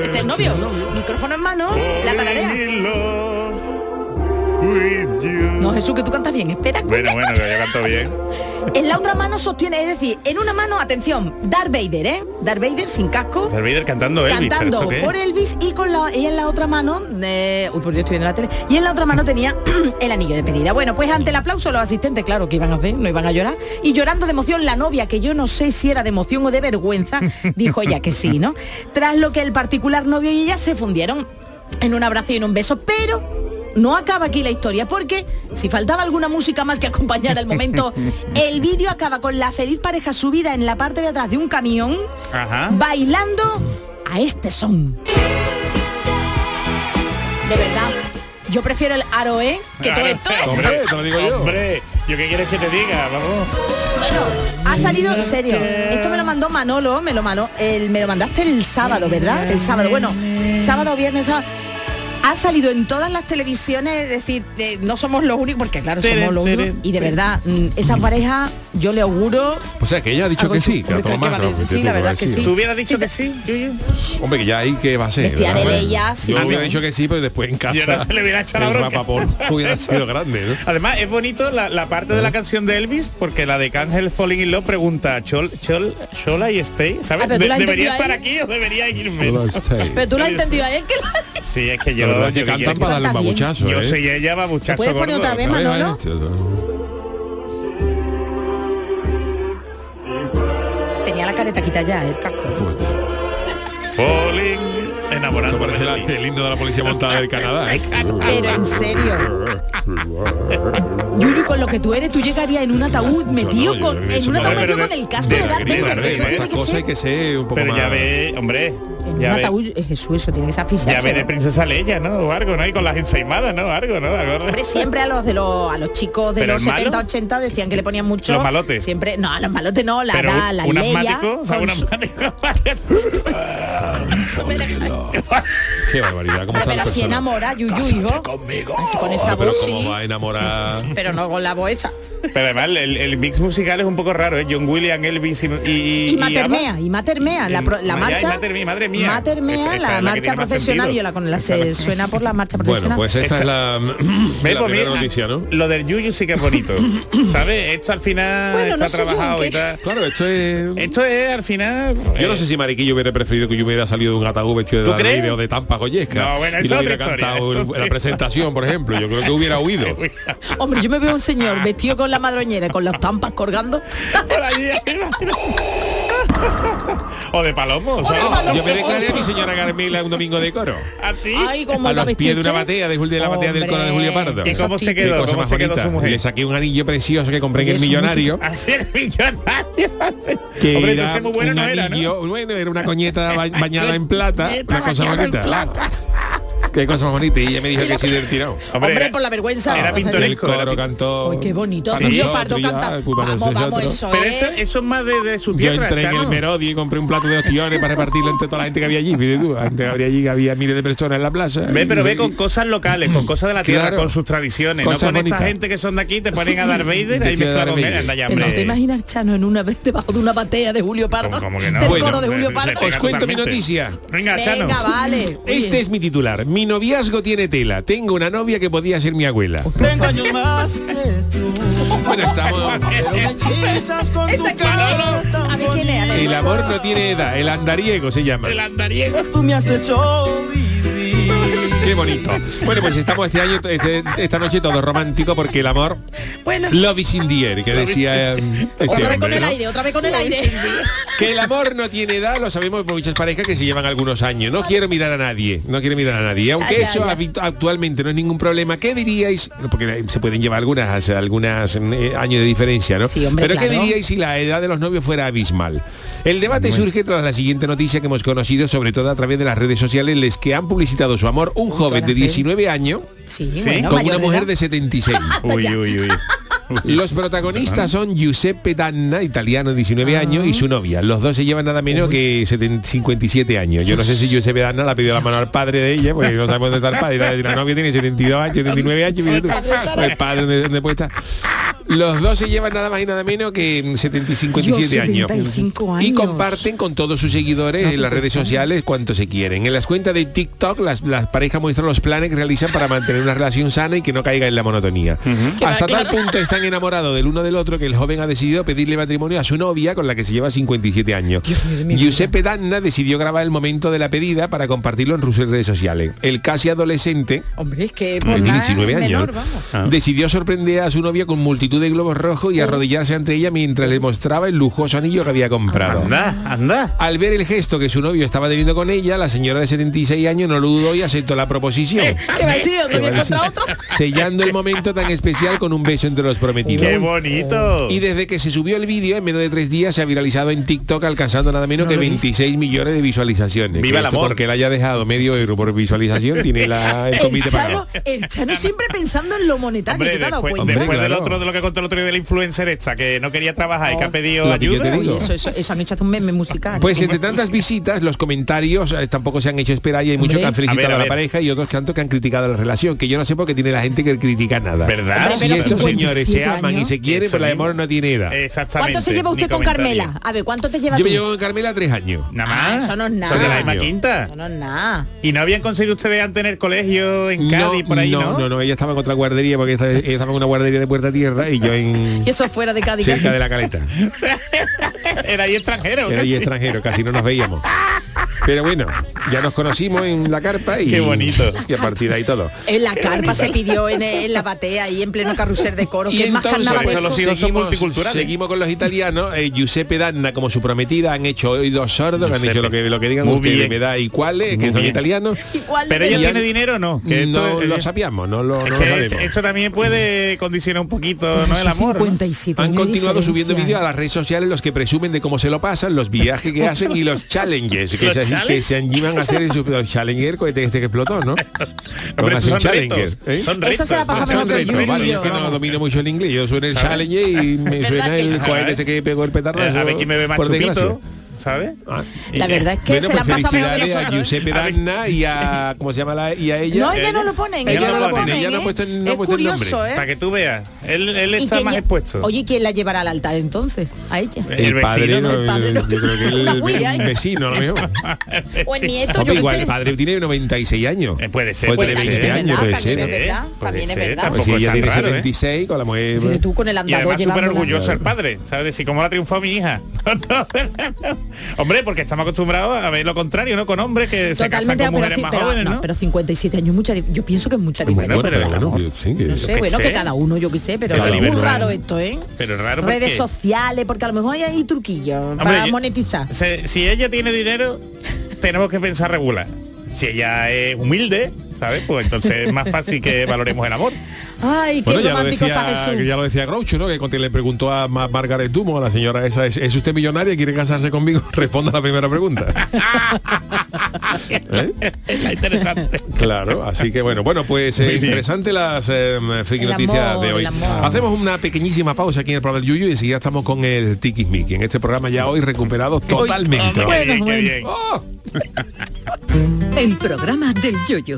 Speaker 6: este el novio. Micrófono en mano, la
Speaker 4: Fall
Speaker 6: tararea.
Speaker 4: in love with you.
Speaker 6: No, Jesús, que tú cantas bien. Espera,
Speaker 4: Bueno,
Speaker 6: escucha,
Speaker 4: bueno,
Speaker 6: escucha.
Speaker 4: que yo canto bien.
Speaker 6: En la otra mano sostiene, es decir, en una mano, atención, Darth Vader, ¿eh? Darth Vader sin casco.
Speaker 4: Darth Vader cantando Elvis. ¿pero
Speaker 6: cantando
Speaker 4: eso qué es?
Speaker 6: por Elvis y con la y en la otra mano eh, uy por Dios estoy viendo la tele y en la otra mano tenía el anillo de pedida bueno pues ante el aplauso los asistentes claro que iban a hacer no iban a llorar y llorando de emoción la novia que yo no sé si era de emoción o de vergüenza dijo ella que sí no tras lo que el particular novio y ella se fundieron en un abrazo y en un beso pero no acaba aquí la historia porque si faltaba alguna música más que acompañara el momento, el vídeo acaba con la feliz pareja subida en la parte de atrás de un camión
Speaker 4: Ajá.
Speaker 6: bailando a este son. De verdad, yo prefiero el Aroe que todo esto. ¿eh?
Speaker 3: Hombre, te lo digo yo.
Speaker 4: Hombre, ¿yo qué quieres que te diga? Vamos.
Speaker 6: Bueno, ha salido en serio. Esto me lo mandó Manolo, me lo mandó, el, me lo mandaste el sábado, ¿verdad? El sábado, bueno, sábado, viernes, sábado. Ha salido en todas las televisiones, es decir, de- no somos los únicos, porque claro, somos los únicos. Y de verdad, mm, esa pareja, yo le auguro...
Speaker 3: O sea, que ella ha dicho
Speaker 6: Algo
Speaker 3: que sí, que a
Speaker 6: injusto,
Speaker 3: todo
Speaker 6: que
Speaker 3: más,
Speaker 6: va a
Speaker 3: ¿no?
Speaker 6: decir,
Speaker 3: Entiendo
Speaker 6: sí,
Speaker 3: que va
Speaker 6: la
Speaker 3: a
Speaker 6: verdad que
Speaker 3: decir.
Speaker 6: sí.
Speaker 4: ¿Tú hubieras dicho
Speaker 6: Sí, te-
Speaker 4: que sí, Yuyu?
Speaker 3: Hombre, que ya ahí que va a ser.
Speaker 6: Vestida
Speaker 3: ¿verdad?
Speaker 6: de Leia, sí.
Speaker 3: Yo hubiera dicho que sí, pero después en casa.
Speaker 4: Y ahora se le hubiera echado la
Speaker 3: el
Speaker 4: bronca.
Speaker 3: rapapolvo hubiera sido grande, ¿no?
Speaker 4: Además, es bonito la, la parte de la canción de Elvis, porque la de Cancel Falling in Love pregunta, Chol, Chol, Shola y Stay,
Speaker 6: Ah,
Speaker 4: ¿sabes?
Speaker 6: pero tú la has
Speaker 4: ¿Debería
Speaker 6: entendido
Speaker 4: estar
Speaker 6: ahí.
Speaker 4: aquí o debería irme?
Speaker 3: Hola, Stay.
Speaker 6: Pero tú lo has entendido ayer que la-
Speaker 4: Sí, es que
Speaker 3: La
Speaker 4: yo...
Speaker 3: verdad es
Speaker 4: yo
Speaker 3: que
Speaker 4: qué quieres
Speaker 3: cantan
Speaker 4: que-
Speaker 3: para darle un
Speaker 6: Canta bien.
Speaker 3: babuchazo,
Speaker 4: Yo ¿eh,
Speaker 3: ¿eh?
Speaker 4: soy ella va a buchazo
Speaker 6: puedes poner
Speaker 4: gordo.
Speaker 6: otra vez?
Speaker 3: Vale,
Speaker 6: Manolo.
Speaker 3: vale.
Speaker 6: Tenía la careta quita ya, el casco.
Speaker 3: Pues,
Speaker 4: Falling,
Speaker 3: Eso
Speaker 4: enamorado.
Speaker 3: parece la- el himno de la policía montada del Canadá. ¿eh?
Speaker 6: Pero en serio. Yuyu, con lo que tú eres, tú llegarías en un ataúd metido
Speaker 3: yo-
Speaker 6: con, en
Speaker 3: eso
Speaker 6: un
Speaker 3: no,
Speaker 6: ataúd
Speaker 4: pero
Speaker 6: metido
Speaker 4: de-
Speaker 6: con el casco
Speaker 4: de
Speaker 6: de,
Speaker 4: la
Speaker 6: Darth
Speaker 4: gripe,
Speaker 6: Vader,
Speaker 4: de
Speaker 6: que eso
Speaker 4: la
Speaker 3: eh,
Speaker 6: tiene
Speaker 3: Estas
Speaker 6: que
Speaker 3: cosas hay
Speaker 6: ser.
Speaker 3: que ser un poco
Speaker 4: Pero ya
Speaker 3: más-
Speaker 4: ve, hombre,
Speaker 6: En un
Speaker 4: ya ve,
Speaker 6: ataúd, eh, Jesús, eso tiene que ser
Speaker 4: ya ve
Speaker 6: asfixiarse.
Speaker 4: de princesa Leia, ¿no? O algo, ¿no? Y con las ensaimadas, ¿no? Algo, ¿no? Algo-
Speaker 6: Hombre, siempre a los de los, a los chicos de
Speaker 4: ¿Pero
Speaker 6: los
Speaker 4: el malo?
Speaker 6: 70, 80 decían que le ponían mucho.
Speaker 4: Los malotes.
Speaker 6: Siempre, no, a los malotes no, la
Speaker 4: Pero
Speaker 6: da, la
Speaker 4: un
Speaker 6: leia.
Speaker 4: asmático, o sea,
Speaker 6: con
Speaker 4: un
Speaker 6: su-
Speaker 4: asmático.
Speaker 3: Qué barbaridad, cómo está
Speaker 6: Pero
Speaker 3: la
Speaker 6: así
Speaker 3: persona.
Speaker 6: enamora, Yuyu, hijo. Así con esa
Speaker 3: Ah, Pero
Speaker 6: voz, sí.
Speaker 3: cómo va a enamorar.
Speaker 6: Pero no con la voz esa.
Speaker 4: Pero además el, el mix musical es un poco raro, ¿eh? John Williams, Elvis y... Y,
Speaker 6: Y Matermea,
Speaker 4: ABBA.
Speaker 6: y Matermea, la, pro- la
Speaker 4: Ya, y
Speaker 6: marcha.
Speaker 4: Matermea, madre mía.
Speaker 6: Matermea,
Speaker 4: Esa- esa es la
Speaker 6: la
Speaker 4: que
Speaker 6: marcha
Speaker 4: tiene más
Speaker 6: profesional,
Speaker 4: sentido.
Speaker 6: yo la con la
Speaker 4: Esa es la
Speaker 6: se
Speaker 4: que-
Speaker 6: suena por la marcha
Speaker 3: Bueno,
Speaker 6: profesional.
Speaker 3: pues esta es la,
Speaker 4: Ve,
Speaker 3: la
Speaker 4: pues
Speaker 3: primera
Speaker 4: mira,
Speaker 3: noticia, ¿no?
Speaker 4: Lo del Yuyu sí que es bonito. ¿Sabes? Esto al final
Speaker 6: Bueno,
Speaker 4: está
Speaker 6: no sé yo en
Speaker 4: trabajado
Speaker 6: qué-
Speaker 4: y tal.
Speaker 3: Claro, esto es...
Speaker 4: Eh, Esto es al final...
Speaker 3: Yo no sé si Mariquillo hubiera preferido que yo hubiera salido de un ataúd vestido de
Speaker 4: ¿Tú
Speaker 3: Darth
Speaker 4: crees?
Speaker 3: Vader o de Tampa Goyesca.
Speaker 4: No, bueno,
Speaker 3: y
Speaker 4: es
Speaker 3: le
Speaker 4: otra
Speaker 3: hubiera
Speaker 4: historia,
Speaker 3: cantado
Speaker 4: es
Speaker 3: en
Speaker 4: otra-
Speaker 3: la presentación, por ejemplo. Yo creo que hubiera huido.
Speaker 6: Hombre, yo me veo un señor vestido con la madroñera, y con las tampas colgando.
Speaker 4: eh, Por allí, imagínate. o de palomo, ¿sabes?
Speaker 3: Yo me declaré a mi señora Carmela un domingo de coro.
Speaker 4: Así.
Speaker 6: Ay, como
Speaker 3: a
Speaker 6: la
Speaker 3: los pies de
Speaker 6: vestiste.
Speaker 3: una batea de, Jul- de la batea del
Speaker 6: Hombre.
Speaker 3: coro de Julio Pardo.
Speaker 4: ¿Y cómo se
Speaker 3: Qué
Speaker 4: quedó?
Speaker 3: cosa
Speaker 4: ¿Cómo
Speaker 3: más
Speaker 4: se quedó su
Speaker 3: bonita.
Speaker 4: mujer?
Speaker 3: Le saqué un anillo precioso que compré en
Speaker 6: Oye,
Speaker 3: el
Speaker 6: es un
Speaker 3: millonario.
Speaker 4: Así el millonario.
Speaker 3: Que
Speaker 4: Hombre,
Speaker 3: era
Speaker 4: entonces muy bueno
Speaker 3: un
Speaker 4: no era, ¿no?
Speaker 3: anillo- bueno, era una coñeta ba- bañada en plata.
Speaker 4: Coñeta
Speaker 3: Una cosa
Speaker 4: bañada en
Speaker 3: bonita. Qué cosa más bonita. Y ella me dijo que sí del tirado.
Speaker 6: Hombre,
Speaker 4: era-
Speaker 6: por la vergüenza.
Speaker 4: Era
Speaker 6: Vas a decir,
Speaker 3: El
Speaker 4: pintoresco. era
Speaker 3: coro
Speaker 4: pin-
Speaker 3: cantó.
Speaker 6: Ay, qué bonito.
Speaker 3: Para
Speaker 6: Julio
Speaker 3: nosotros,
Speaker 6: Pardo
Speaker 3: y yo,
Speaker 6: canta.
Speaker 3: ah, culpa de
Speaker 6: Vamos, vamos,
Speaker 3: nosotros.
Speaker 6: eso
Speaker 4: Pero
Speaker 6: es.
Speaker 4: eso, eso es más de, de su
Speaker 3: Yo
Speaker 4: tierra,
Speaker 3: entré en
Speaker 4: Chano.
Speaker 3: el Merodi y compré un plato de ostiones para repartirlo entre toda la gente que había allí. Fíjate tú, antes habría allí que había miles de personas en la plaza.
Speaker 4: Ve, pero ve
Speaker 3: Y-
Speaker 4: con cosas locales, con cosas de la tierra,
Speaker 3: Mm. Claro.
Speaker 4: con sus tradiciones.
Speaker 3: Cosas
Speaker 4: no con
Speaker 3: bonitas.
Speaker 4: esta gente que son de aquí, te ponen a Darth Vader ahí
Speaker 3: Vestido de
Speaker 4: mezclado
Speaker 3: Darth
Speaker 4: con
Speaker 3: Vader.
Speaker 4: anda ya,
Speaker 6: Pero no te
Speaker 4: hombre.
Speaker 6: imaginas Chano en una vez debajo de una batea de Julio Pardo.
Speaker 4: ¿Cómo- cómo que no?
Speaker 6: Del
Speaker 3: Bueno,
Speaker 6: coro de Julio
Speaker 4: le-
Speaker 6: Pardo.
Speaker 4: le
Speaker 3: Os
Speaker 4: pega
Speaker 3: cuento mi
Speaker 4: totalmente.
Speaker 3: noticia.
Speaker 4: Venga, Chano.
Speaker 6: Venga, vale. Oye.
Speaker 3: Este es mi titular. Mi noviazgo tiene tela. Tengo una novia que podía ser mi abuela.
Speaker 8: Tengo años más que tú.
Speaker 3: Bueno, estamos.
Speaker 8: Me hechizas con tu
Speaker 6: Este es
Speaker 8: cara
Speaker 6: Manolo.
Speaker 8: tan
Speaker 6: A ver, ¿quién es? A ver.
Speaker 3: El amor no tiene edad. El andariego se llama.
Speaker 4: El andariego.
Speaker 8: Tú me has hecho vivir.
Speaker 3: Qué bonito. Bueno, pues estamos este año, este- esta noche todo romántico porque el amor
Speaker 6: Bueno,
Speaker 3: love is in the air, que decía eh, este
Speaker 6: otra vez con
Speaker 3: hombre,
Speaker 6: el
Speaker 3: ¿no?
Speaker 6: aire, otra vez con el aire.
Speaker 3: Que el amor no tiene edad, lo sabemos por muchas parejas que se llevan algunos años. No quiero mirar a nadie, no quiero mirar a nadie. Aunque
Speaker 6: Ya, ya,
Speaker 3: eso
Speaker 6: ya.
Speaker 3: habitu- actualmente no es ningún problema, ¿qué diríais? Porque se pueden llevar algunas, hace algunas eh, años de diferencia, ¿no?
Speaker 6: Sí, hombre,
Speaker 3: Pero ¿qué
Speaker 6: claro.
Speaker 3: diríais si la edad de los novios fuera abismal? El debate surge tras la siguiente noticia que hemos conocido, sobre todo a través de las redes sociales, les que han publicitado su amor un joven de
Speaker 6: las redes.
Speaker 3: 19 años
Speaker 6: Sí,
Speaker 4: Sí,
Speaker 6: bueno,
Speaker 3: con
Speaker 6: mayor
Speaker 3: una
Speaker 6: de
Speaker 3: mujer
Speaker 6: edad.
Speaker 3: de 76.
Speaker 4: Uy, uy, uy.
Speaker 3: Los protagonistas son Giuseppe Danna, italiano de 19 años, y su novia. Los dos se llevan nada menos que 70 57 años. Yo no sé si Giuseppe Danna le ha pedido la mano al padre de ella, porque no sabemos dónde está el padre. La novia tiene 72 años, 79 años, mira tú. el padre ¿dónde, dónde puede estar? Los dos se llevan nada más y nada menos que 70 y 57
Speaker 6: Yo,
Speaker 3: años.
Speaker 6: 75
Speaker 3: Y
Speaker 6: años.
Speaker 3: comparten con todos sus seguidores en las redes sociales cuanto se quieren. En las cuentas de TikTok las, las parejas muestran los planes que realizan para mantener una relación sana y que no caiga en la monotonía. Hasta tal punto están enamorados del uno del otro que el joven ha decidido pedirle matrimonio a su novia con la que se lleva 57 años. Giuseppe Danna decidió grabar el momento de la pedida para compartirlo en sus redes sociales. El casi adolescente
Speaker 6: Hombre, es que
Speaker 3: de
Speaker 6: por la
Speaker 3: 19 años.
Speaker 6: menor, vamos.
Speaker 4: Ah. Oh.
Speaker 3: Decidió sorprender a su novia con multitud de globos rojos y arrodillarse ante ella mientras le mostraba el lujoso anillo que había comprado.
Speaker 4: Anda, anda.
Speaker 3: Al ver el gesto que su novio estaba teniendo con ella, la señora de 76 años no lo dudó y aceptó la proposición.
Speaker 6: ¿Qué va a decir? ¿Dónde voy a
Speaker 3: Qué
Speaker 6: encontrar
Speaker 3: bonito.
Speaker 6: otro?
Speaker 3: Sellando el momento tan especial con un beso entre los prometidos.
Speaker 4: Qué bonito.
Speaker 3: Y desde que se subió el vídeo, en menos de tres días se ha viralizado en TikTok, alcanzando nada menos que 26 millones de visualizaciones.
Speaker 4: ¡Viva
Speaker 3: Que
Speaker 4: el
Speaker 3: esto,
Speaker 4: amor!
Speaker 3: Porque él haya dejado medio euro por visualización, tiene la, el
Speaker 6: El
Speaker 3: comité pagado.
Speaker 6: Chano, el Chano siempre pensando en lo monetario,
Speaker 4: Hombre,
Speaker 6: ¿te has dado
Speaker 4: después,
Speaker 6: cuenta?
Speaker 4: después
Speaker 3: Hombre,
Speaker 4: del
Speaker 3: claro.
Speaker 4: otro de lo que contó el otro día de la influencer esta, que no quería trabajar y que ha pedido
Speaker 3: Lo que yo te
Speaker 4: ayuda.
Speaker 3: digo.
Speaker 6: Oye, eso, eso, eso han hecho hasta un meme musical.
Speaker 3: Pues entre tantas visitas, los comentarios eh, tampoco se han hecho esperar y hay muchos
Speaker 6: Hombre.
Speaker 3: que han
Speaker 4: A
Speaker 3: felicitado
Speaker 4: ver,
Speaker 3: a,
Speaker 4: a
Speaker 3: la
Speaker 4: ver.
Speaker 3: pareja y otros que tanto que han criticado la relación, que yo no sé por qué tiene la gente que critica nada.
Speaker 4: ¿Verdad? Hombre,
Speaker 3: si
Speaker 4: pero
Speaker 3: estos
Speaker 6: 57
Speaker 3: señores se aman y
Speaker 6: años.
Speaker 3: se quieren, pues
Speaker 4: Eso
Speaker 3: pero el
Speaker 4: mismo.
Speaker 3: amor no tiene edad.
Speaker 4: Exactamente.
Speaker 6: ¿Cuánto se lleva usted
Speaker 4: Ni
Speaker 6: con
Speaker 4: comentario.
Speaker 6: Carmela? A ver, ¿cuánto te lleva
Speaker 3: Yo me
Speaker 6: tú?
Speaker 3: llevo con Carmela tres años.
Speaker 4: Nada
Speaker 6: Ah,
Speaker 4: más.
Speaker 6: eso no es
Speaker 4: Son
Speaker 6: nada.
Speaker 4: de la misma
Speaker 3: Año.
Speaker 4: quinta.
Speaker 6: No, no, nada.
Speaker 4: ¿Y no habían conseguido ustedes antes tener colegio en Cádiz por ahí, no?
Speaker 3: no, no, ella estaba en otra guardería porque esta- ella estaba en una guardería de Puerta Tierra y yo en
Speaker 6: Y eso fuera de Cádiz.
Speaker 3: cerca de la caleta.
Speaker 4: Era ahí extranjero.
Speaker 3: Era ahí
Speaker 4: casi.
Speaker 3: extranjero, casi no nos veíamos. Pero bueno, ya nos conocimos en la carpa y
Speaker 4: Qué bonito.
Speaker 3: Y a partir de ahí todo.
Speaker 6: En la carpa se pidió en, en la batea y en pleno carrusel de coro, que es más
Speaker 4: eso los
Speaker 6: carnavalesco.
Speaker 4: hijos son
Speaker 3: seguimos-
Speaker 4: multiculturales.
Speaker 3: Seguimos con los italianos. eh, Giuseppe Danna, como su prometida, han hecho oídos sordos, que han
Speaker 4: Giuseppe.
Speaker 3: dicho lo que, lo que digan
Speaker 4: Muy
Speaker 3: ustedes,
Speaker 4: bien.
Speaker 3: me da igual, eh, que
Speaker 4: Muy
Speaker 3: son
Speaker 4: bien.
Speaker 3: italianos.
Speaker 6: ¿Y cuál
Speaker 4: Pero
Speaker 6: de-
Speaker 4: ella
Speaker 3: ya-
Speaker 4: tiene dinero o no? Que
Speaker 3: no
Speaker 4: esto-
Speaker 3: lo
Speaker 4: eh,
Speaker 3: sabíamos, no lo, no lo
Speaker 4: que
Speaker 3: sabemos.
Speaker 4: eso también puede condicionar un poquito, ¿no? El
Speaker 6: Son
Speaker 4: amor. ¿no?
Speaker 6: 57
Speaker 3: Han
Speaker 6: años de
Speaker 3: continuado subiendo
Speaker 6: diferencia.
Speaker 3: vídeos a las redes sociales los que presumen de cómo se lo pasan, los viajes que hacen y los challenges que,
Speaker 4: ¿Los
Speaker 3: se, que
Speaker 4: challenge?
Speaker 3: se animan a hacer en su los challenger cohete este que explotó, ¿no?
Speaker 4: Hombre,
Speaker 3: Vamos a
Speaker 4: esos
Speaker 3: hacer
Speaker 4: son
Speaker 3: un
Speaker 4: retos.
Speaker 3: challenger, ¿eh?
Speaker 4: Son
Speaker 6: Eso se la
Speaker 4: retos.
Speaker 6: pasa
Speaker 3: Ah,
Speaker 6: mejor
Speaker 3: son
Speaker 6: que
Speaker 3: retro, vale,
Speaker 6: Yuyu.
Speaker 3: yo que no domino mucho el inglés, yo suena el challenger y me
Speaker 6: ¿Verdad
Speaker 3: suena
Speaker 6: que
Speaker 3: el
Speaker 6: no?
Speaker 3: cohete ese Ah, que pegó el petardo.
Speaker 4: Eh, A ver
Speaker 3: eso,
Speaker 4: quién me ve más
Speaker 3: por desgracia.
Speaker 4: chupito, ¿sabes?
Speaker 3: Ah.
Speaker 6: La verdad
Speaker 4: eh,
Speaker 6: es que
Speaker 3: Bueno,
Speaker 6: se la
Speaker 3: pues
Speaker 6: pasa mejor que
Speaker 3: felicidades a
Speaker 6: nosotros. ¿eh?
Speaker 3: Giuseppe Danna y a ¿cómo se llama la y a ella?
Speaker 6: No, ella no lo pone.
Speaker 4: Ella no lo pone,
Speaker 3: ella no
Speaker 6: ¿eh?
Speaker 3: ha puesto el- no ha
Speaker 6: Es
Speaker 3: puesto el nombre.
Speaker 6: curioso, ¿eh?
Speaker 4: Para que tú veas. Él, él
Speaker 6: ¿Y
Speaker 4: está
Speaker 6: quién
Speaker 4: más
Speaker 6: lle-
Speaker 4: expuesto.
Speaker 6: Oye, ¿quién la llevará al altar entonces? A ella.
Speaker 4: El
Speaker 3: Eh, el padre,
Speaker 4: vecino,
Speaker 3: no,
Speaker 6: el padre,
Speaker 3: yo
Speaker 6: no.
Speaker 3: creo que el,
Speaker 6: Una huella, ¿eh?
Speaker 3: vecino a lo mejor.
Speaker 6: O el nieto,
Speaker 3: Hombre,
Speaker 6: yo
Speaker 3: igual
Speaker 6: qué
Speaker 3: el
Speaker 6: sé.
Speaker 3: padre tiene 96 años.
Speaker 4: Eh, puede ser,
Speaker 3: Puede
Speaker 4: puede
Speaker 3: tener 20
Speaker 4: ser.
Speaker 3: años, puede
Speaker 6: También
Speaker 3: ser.
Speaker 6: es verdad,
Speaker 4: Puede
Speaker 6: también es
Speaker 4: ser,
Speaker 6: verdad.
Speaker 3: Pues si
Speaker 4: tampoco es
Speaker 3: ella
Speaker 4: tan
Speaker 3: tiene
Speaker 4: raro, ¿eh?
Speaker 3: 76 con la mujer.
Speaker 6: Pero tú con el
Speaker 4: Y
Speaker 6: andador
Speaker 4: además súper
Speaker 6: llevándola.
Speaker 4: orgulloso el padre, ¿sabes? De si cómo la triunfó mi hija. Hombre, porque estamos acostumbrados a ver lo contrario, ¿no? Con hombres que se casan
Speaker 6: Totalmente,
Speaker 4: con
Speaker 6: pero,
Speaker 4: mujeres
Speaker 6: ci-
Speaker 4: más
Speaker 6: pero-
Speaker 4: jóvenes,
Speaker 6: no,
Speaker 4: ¿no?
Speaker 6: pero 57 años, mucha, dif- yo pienso que es mucha
Speaker 4: Bueno,
Speaker 6: diferencia.
Speaker 3: Bueno, pero
Speaker 4: pero
Speaker 3: bueno,
Speaker 4: vamos,
Speaker 3: sí, que-
Speaker 6: No
Speaker 4: yo
Speaker 6: sé,
Speaker 4: qué
Speaker 6: bueno,
Speaker 4: sé.
Speaker 6: que cada uno, yo qué sé, pero
Speaker 4: Cada
Speaker 6: es muy
Speaker 4: uno,
Speaker 6: raro
Speaker 4: ¿eh?
Speaker 6: esto, ¿eh?
Speaker 4: Pero raro
Speaker 6: Redes
Speaker 4: porque-
Speaker 6: sociales, porque a lo mejor hay ahí truquillos para
Speaker 4: yo-
Speaker 6: monetizar.
Speaker 4: se- si ella tiene dinero, tenemos que pensar regular. Si ella es humilde, ¿sabes? Pues entonces es más fácil que valoremos el amor.
Speaker 6: Ay, qué
Speaker 3: Bueno, ya lo,
Speaker 6: romántico está
Speaker 3: decía,
Speaker 6: Jesús.
Speaker 3: ya lo decía Groucho, ¿no? Que cuando le preguntó a Ma- Margaret Dumo, a la señora esa, ¿es, es usted millonaria y quiere casarse conmigo? Responda a la primera pregunta. ¿Eh?
Speaker 4: Está interesante.
Speaker 3: Claro, así que bueno, bueno, pues eh,
Speaker 4: Muy bien.
Speaker 3: interesante las eh, friki
Speaker 6: El
Speaker 3: noticias
Speaker 6: amor,
Speaker 3: de hoy.
Speaker 6: el amor.
Speaker 3: Hacemos una pequeñísima pausa aquí en el programa del Yuyu y enseguida estamos con el Tikismiki. En este programa ya hoy recuperado totalmente.
Speaker 4: Hombre, qué bien, qué bien.
Speaker 3: ¡Oh!
Speaker 1: El programa del yoyo.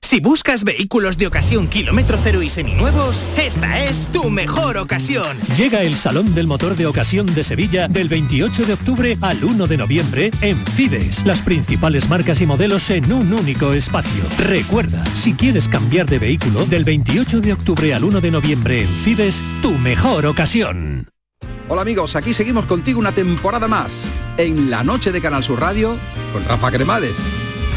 Speaker 9: Si buscas vehículos de ocasión kilómetro cero y seminuevos, esta es tu mejor ocasión.
Speaker 10: Llega el Salón del Motor de Ocasión de Sevilla del 28 de octubre al 1 de noviembre en Fides. Las principales marcas y modelos en un único espacio. Recuerda, si quieres cambiar de vehículo, del 28 de octubre al 1 de noviembre en Fides, tu mejor ocasión.
Speaker 11: Hola amigos, aquí seguimos contigo una temporada más en la noche de Canal Sur Radio con Rafa Cremades.